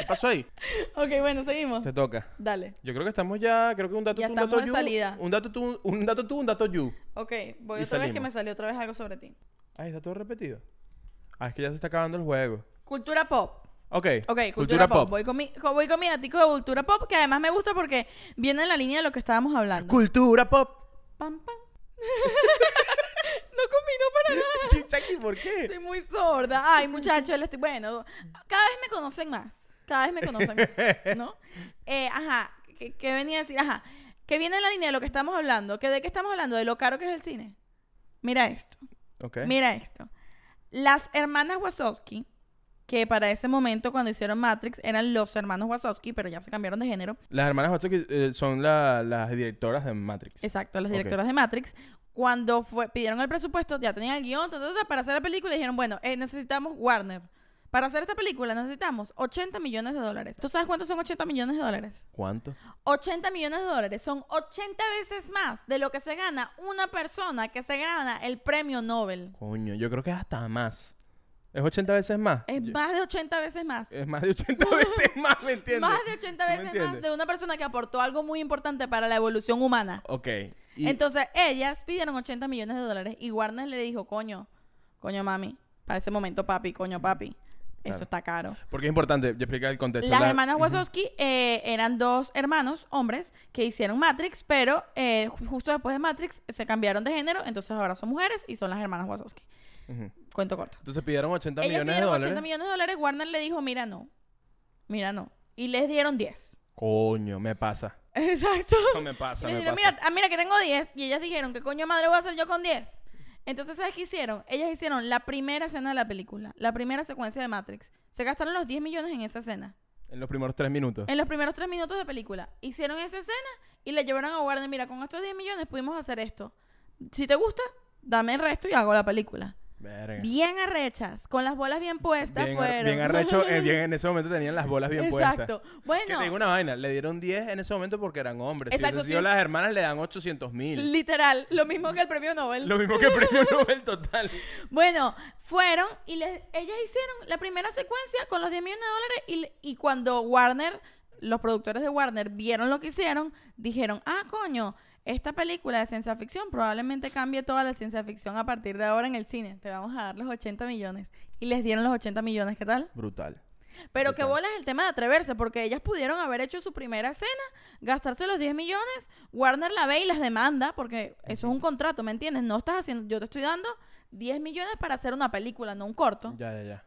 D: ¿Qué pasó ahí?
B: Ok, bueno, seguimos.
A: Te toca.
B: Dale.
A: Yo creo que estamos ya, creo que un dato
B: Ya
A: tú, un dato
B: estamos de
A: yo.
B: salida.
A: Un dato tú, un dato tú, un dato yo.
B: Ok, voy
A: Y
B: otra vez que
A: salimos.
B: me salió otra vez algo sobre ti.
A: Ay, está todo repetido. Ah, es que ya se está acabando el juego.
B: Cultura pop.
A: Ok.
B: Ok, cultura, pop. Voy, con mi, co- voy con mi datico de cultura pop, que además me gusta porque viene en la línea de lo que estábamos hablando.
A: Cultura pop.
B: pam, pam. no combinó para nada.
A: Chucky, ¿por qué?
B: Soy muy sorda. Ay, muchachos, les- bueno, cada vez me conocen más. Cada vez me conocen más, ¿no? Eh, ajá, ¿qué, qué venía a decir? Ajá, que viene en la línea de lo que estamos hablando. ¿Que ¿De qué estamos hablando? De lo caro que es el cine. Mira esto.
A: Ok.
B: Mira esto. Las hermanas Wazowski, que para ese momento cuando hicieron Matrix eran los hermanos Wazowski, pero ya se cambiaron de género.
A: Las hermanas Wachowski eh, son la- las directoras de Matrix.
B: Exacto, las
A: Ok.
B: directoras de Matrix. Cuando fue, pidieron el presupuesto, ya tenían el guión ta, ta, ta, para hacer la película y dijeron, bueno, eh, necesitamos Warner. Para hacer esta película necesitamos 80 millones de dólares. ¿Tú sabes cuántos son 80 millones de dólares?
A: ¿Cuánto?
B: 80 millones de dólares son 80 veces más de lo que se gana una persona que se gana el premio Nobel.
A: Coño, yo creo que es hasta más. ¿Es 80 veces más?
B: Es
A: Yo-
B: más de 80 veces más.
A: Es más de 80 veces más, ¿me entiendes?
B: Más de 80
A: ¿Tú me
B: veces más
A: entiendes?
B: de una persona que aportó algo muy importante para la evolución humana.
A: Ok. y-
B: Entonces, ellas pidieron 80 millones de dólares y Warner le dijo, coño, coño mami, para ese momento papi, coño papi,
A: Claro.
B: eso está caro.
A: Porque es importante, yo explicar el contexto.
B: Las
A: La-
B: hermanas Wazowski eh, eran dos hermanos, hombres, que hicieron Matrix, pero eh, ju- justo después de Matrix se cambiaron de género, entonces ahora son mujeres y son las hermanas Wazowski.
A: Ujú.
B: Cuento corto.
A: Entonces pidieron 80
B: Ellas
A: millones de
B: pidieron
A: dólares.
B: 80 millones de dólares, Warner le dijo, mira no, mira no. Y les dieron 10.
A: Coño, me pasa.
B: Exacto.
A: No me pasa,
B: Y les
A: me
B: dijeron,
A: pasa.
B: mira, ah, mira que tengo 10. Y ellas dijeron, ¿qué coño madre voy a hacer yo con 10? Entonces, ¿sabes qué hicieron? Ellas hicieron la primera escena de la película, la primera secuencia de Matrix. Se gastaron los 10 millones en esa escena.
A: En los primeros tres minutos.
B: En los primeros 3 minutos de película. Hicieron esa escena y le llevaron a Warner, mira, con estos 10 millones pudimos hacer esto. Si te gusta, dame el resto y hago la película.
A: Verga.
B: Bien arrechas, con las bolas bien puestas
A: Bien, ar-
B: fueron.
A: bien arrecho, eh, bien, en ese momento tenían las bolas bien puestas.
B: Exacto.
A: Que
B: Bueno,
A: te digo una vaina, le dieron 10 en ese momento porque eran hombres. Si
B: Exacto,
A: hubiesen sido
B: sí.
A: las hermanas le dan 800 mil.
B: literal, lo mismo que el premio Nobel.
A: Lo mismo que el premio Nobel total.
B: Bueno, fueron y les- ellas hicieron la primera secuencia con los 10 millones de dólares y, y cuando Warner, los productores de Warner vieron lo que hicieron, dijeron, ah, coño, esta película de ciencia ficción probablemente cambie toda la ciencia ficción a partir de ahora en el cine. Te vamos a dar los 80 millones. Y les dieron los 80 millones, ¿qué tal?
A: Brutal.
B: Pero que
A: Total.
B: bolas el tema de atreverse, porque ellas pudieron haber hecho su primera escena, gastarse los 10 millones, Warner la ve y las demanda, porque eso es un contrato, ¿me entiendes? No estás haciendo, yo te estoy dando 10 millones para hacer una película, no un corto.
A: Ya, ya, ya.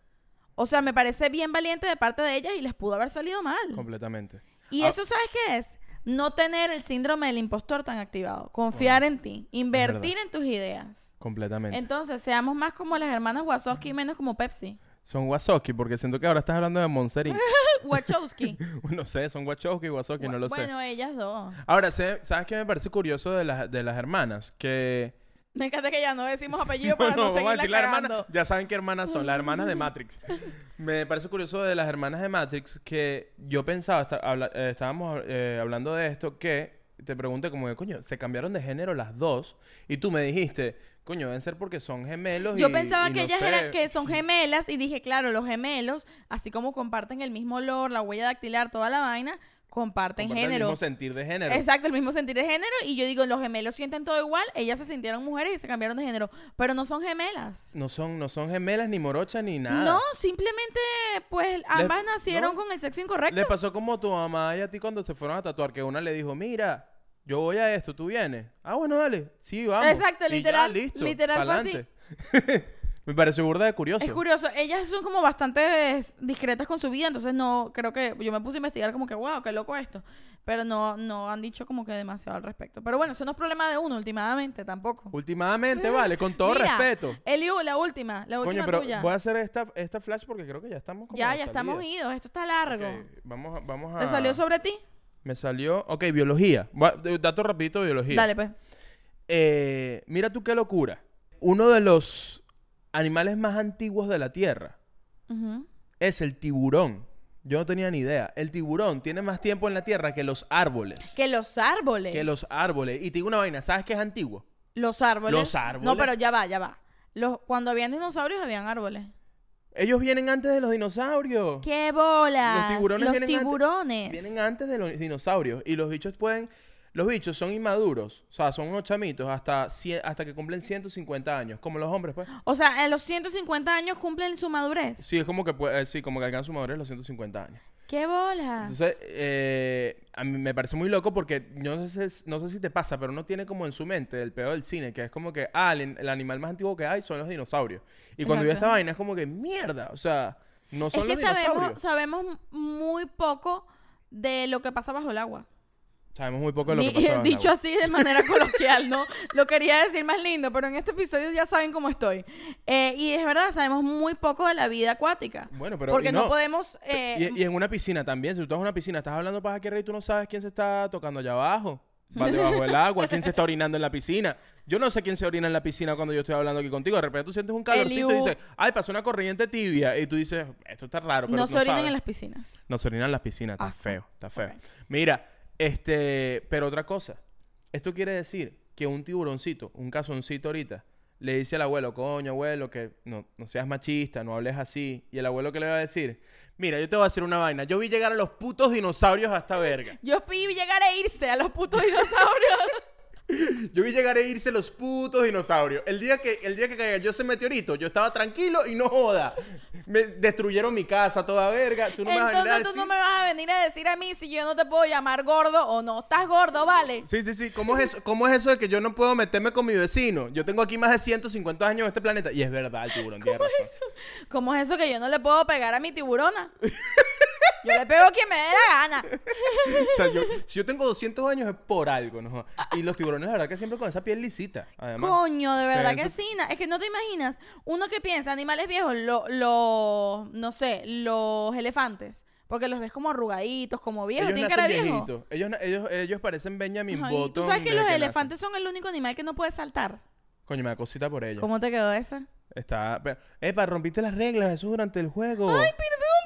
B: O sea, me parece bien valiente de parte de ellas y les pudo haber salido mal.
A: Completamente.
B: Y
A: Ah.
B: eso, ¿sabes qué es? No tener el síndrome del impostor tan activado, confiar en ti, invertir en tus ideas.
A: Completamente.
B: Entonces, seamos más como las hermanas Wazowski y menos como Pepsi.
A: son Wazowski, porque siento que ahora estás hablando de Monster Inc.
B: Wachowski.
A: no sé, son Wachowski, Wazowski, no lo sé.
B: Bueno, ellas dos.
A: Ahora, sé- ¿sabes qué me parece curioso de las, de las hermanas? Que.
B: Me encanta que ya no decimos apellido para no,
A: vamos a
B: seguirla
A: decir las
B: cagando.
A: hermanas. Ya saben qué hermanas son, las hermanas de Matrix. me parece curioso de las hermanas de Matrix que yo pensaba, esta- habla- eh, estábamos eh, hablando de esto, que te pregunté como que, coño, se cambiaron de género las dos. Y tú me dijiste, coño, deben ser porque son gemelos.
B: Yo
A: y-
B: pensaba
A: y
B: que
A: no
B: ellas
A: sé".
B: eran, que son gemelas y dije, claro, los gemelos, así como comparten el mismo olor, la huella dactilar, toda la vaina, comparten,
A: Comparten
B: género.
A: El mismo sentir de género.
B: Exacto, el mismo sentir de género. Y yo digo, los gemelos sienten todo igual, ellas se sintieron mujeres y se cambiaron de género, pero no son gemelas.
A: No son, no son gemelas, ni morochas, ni nada.
B: No, simplemente, pues ambas nacieron
A: no.
B: con el sexo
A: Le
B: incorrecto.
A: pasó como a tu mamá y a ti cuando se fueron a tatuar, que una le dijo, mira, yo voy a esto, tú vienes. Ah, bueno, dale. Sí, vamos.
B: Exacto,
A: Y ya,
B: literal,
A: listo,
B: literal fue
A: pa'lante. Me pareció burda de curioso.
B: Es curioso, ellas son como bastante discretas con su vida, entonces no, creo que yo me puse a investigar como que, wow, qué loco esto, pero no, no han dicho como que demasiado al respecto. Pero bueno, eso no es problema de uno, últimamente, tampoco.
A: Últimamente, vale, con todo
B: Mira,
A: respeto.
B: Eliu, la última, la
A: Coño,
B: última
A: pero
B: tuya.
A: voy a hacer esta, esta flash porque creo que ya estamos como
B: Ya,
A: de
B: ya estamos
A: salida.
B: idos, esto está largo.
A: Ok, Ah. vamos, a, vamos a...
B: ¿Te salió sobre ti?
A: Me salió... Ok, biología. Va- Dato rapidito, de biología.
B: Dale, pues.
A: Eh, mira tú qué locura. Uno de los animales más antiguos de la Tierra
B: Ujú.
A: es el tiburón. Yo no tenía ni idea. El tiburón tiene más tiempo en la tierra que los árboles.
B: Que los árboles.
A: Que los árboles. Y te digo una vaina, ¿sabes qué es antiguo?
B: Los árboles.
A: Los árboles.
B: No, pero ya va, ya va. Los, cuando habían dinosaurios habían árboles.
A: Ellos vienen antes de los dinosaurios.
B: ¡Qué bola!
A: Los tiburones vienen antes-
B: tiburones.
A: Vienen antes de los dinosaurios. Y los bichos pueden. Los bichos son inmaduros. O sea, son unos chamitos hasta, cien- hasta que cumplen 150 años. Como los hombres, pues.
B: O sea, en los 150 años cumplen su madurez.
A: Sí, es como que, pue- eh, sí, como que alcanzan su madurez los 150 años.
B: ¡Qué bola!
A: Entonces, eh, a mí me parece muy loco porque yo no sé, no sé si te pasa, pero uno tiene como en su mente el peor del cine, que es como que, ah, el, el animal más antiguo que hay son los dinosaurios. Y cuando yo
B: Exacto.
A: esta vaina es como que, mierda, o sea, no
B: es
A: son
B: que
A: los dinosaurios.
B: sabemos, sabemos muy poco de lo que pasa bajo el agua.
A: Sabemos muy poco de lo que
B: Di-
A: pasaba en el
B: dicho
A: agua.
B: así de manera coloquial, ¿no? Lo quería decir más lindo, pero en este episodio ya saben cómo estoy. Eh, y es verdad, sabemos muy poco de la vida acuática.
A: Bueno, pero-
B: porque
A: y
B: no,
A: no.
B: podemos... eh,
A: Y, y en una piscina también, si tú estás en una piscina, estás hablando para que rey, tú no sabes quién se está tocando allá abajo, va debajo del agua, quién se está orinando en la piscina. Yo no sé quién se orina en la piscina cuando yo estoy hablando aquí contigo. De repente tú sientes un calorcito y
B: Eliú.
A: dices, ay, pasó una corriente tibia. Y tú dices, esto está raro, pero
B: no
A: no
B: se orinan
A: sabes.
B: en las piscinas.
A: No se orinan en las piscinas, está
B: Ah,
A: feo, está feo.
B: ok.
A: Mira, este, pero otra cosa. Esto quiere decir que un tiburoncito, un cazoncito ahorita, le dice al abuelo, coño, abuelo, que no, no seas machista, no hables así. Y el abuelo, ¿qué le va a decir? Mira, yo te voy a hacer una vaina. Yo vi llegar a los putos dinosaurios a esta verga.
B: Yo vi llegar a irse a los putos dinosaurios.
A: Yo vi llegar a irse los putos dinosaurios. El día que, el día que cayó ese meteorito, yo estaba tranquilo y no joda. Me destruyeron mi casa toda verga. Tú no me vas a venir a
B: Entonces tú
A: decir-
B: no me vas a venir a decir a mí si yo no te puedo llamar gordo o no. Estás gordo, ¿vale?
A: Sí, sí, sí. ¿Cómo es, eso? ¿Cómo es eso de que yo no puedo meterme con mi vecino? Yo tengo aquí más de 150 años en este planeta. Y es verdad, el tiburón tiene razón.
B: ¿Cómo es eso que yo no le puedo pegar a mi tiburona? Yo le pego a quien me dé la gana.
A: O sea, yo- si yo tengo 200 años es por algo, ¿no? Y los tiburones, la verdad, que siempre con esa piel lisita. Además.
B: Coño, de verdad
A: Sí,
B: que
A: eso-
B: sí. na- Es que no te imaginas. Uno que piensa, animales viejos, lo- los, no sé, los elefantes. Porque los ves como arrugaditos, como viejos,
A: ellos
B: tienen cara
A: nacen
B: de viejo.
A: viejitos. Ellos, na- ellos, ellos parecen Benjamin
B: Ay,
A: Button.
B: Tú sabes que
A: desde
B: los
A: nacen.
B: elefantes son el único animal que no puede saltar.
A: Coño, me da cosita por ellos.
B: ¿Cómo te quedó esa?
A: Está... pero- Epa, rompiste las reglas. Eso durante el juego.
B: Ay,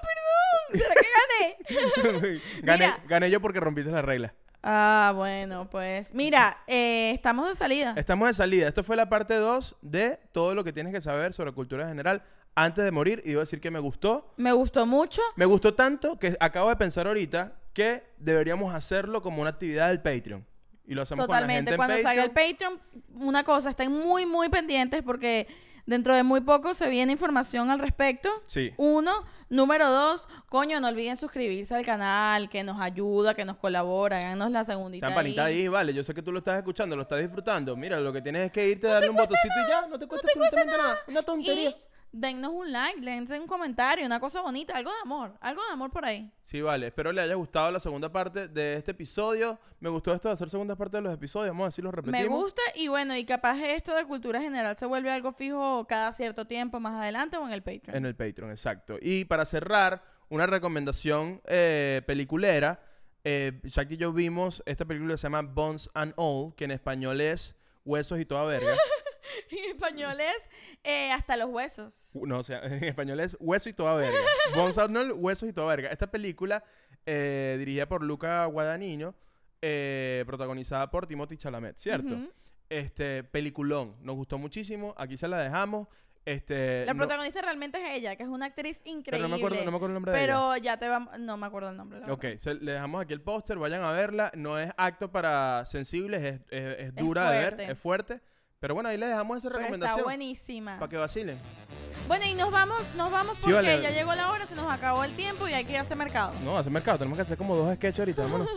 B: perdón, perdón. ¿Será que gané?
A: gané,
B: mira.
A: gané yo porque rompiste las reglas.
B: ah, bueno, pues. Mira, eh, estamos de salida.
A: Estamos de salida. Esto fue la parte 2 de todo lo que tienes que saber sobre cultura general antes de morir. Y debo decir que me gustó.
B: Me gustó mucho.
A: Me gustó tanto que acabo de pensar ahorita que deberíamos hacerlo como una actividad del Patreon. Y lo hacemos
B: Totalmente.
A: con la
B: Cuando
A: gente en
B: salga el
A: Patreon.
B: Patreon, una cosa, estén muy, muy pendientes porque dentro de muy poco se viene información al respecto.
A: Sí.
B: Uno. Número dos, coño, no olviden suscribirse al canal, que nos ayuda, que nos colabora, háganos la segundita.
A: Campanita
B: ahí.
A: ahí, vale. Yo sé que tú lo estás escuchando, lo estás disfrutando. Mira, lo que tienes es que irte, darle un botoncito y ya. No te cuesta absolutamente nada. Una tontería.
B: Y dennos un like, dense un comentario, una cosa bonita, algo de amor, algo de amor por ahí.
A: Sí, vale. Espero le haya gustado la segunda parte de este episodio. Me gustó esto de hacer segunda parte de los episodios. Vamos a decirlo, repetimos.
B: Me gusta y bueno, y capaz esto de cultura general se vuelve algo fijo cada cierto tiempo más adelante o en el Patreon.
A: En el Patreon, exacto. Y para cerrar, una recomendación eh, peliculera. Eh, Jack y yo vimos esta película que se llama Bones and All, que en español es Huesos y toda verga.
B: En español es eh, hasta los huesos.
A: U- no, o sea, en español es Hueso y toda verga. Bones and All, Huesos y toda verga. Esta película, eh, dirigida por Luca Guadagnino, eh, protagonizada por Timothy Chalamet, ¿cierto?
B: Ujú.
A: Este, peliculón. Nos gustó muchísimo. Aquí se la dejamos. Este,
B: La
A: no-
B: protagonista realmente es ella, que es una actriz increíble.
A: pero no me acuerdo, no me acuerdo el nombre de ella.
B: Pero ya te vamos. No me acuerdo el nombre. la
A: Ok,
B: verdad.
A: se- le dejamos aquí el póster, vayan a verla. No es acto para sensibles, es, es- es dura de ver,
B: fuerte.
A: es fuerte. Pero bueno, ahí le dejamos esa
B: Pero está
A: recomendación
B: buenísima.
A: para que vacilen.
B: Bueno, y nos vamos, nos vamos
A: Sí,
B: porque
A: vale.
B: ya llegó la hora, se nos acabó el tiempo y hay que ir a hacer mercado.
A: No, hace mercado, tenemos que hacer como dos sketches ahorita, vámonos.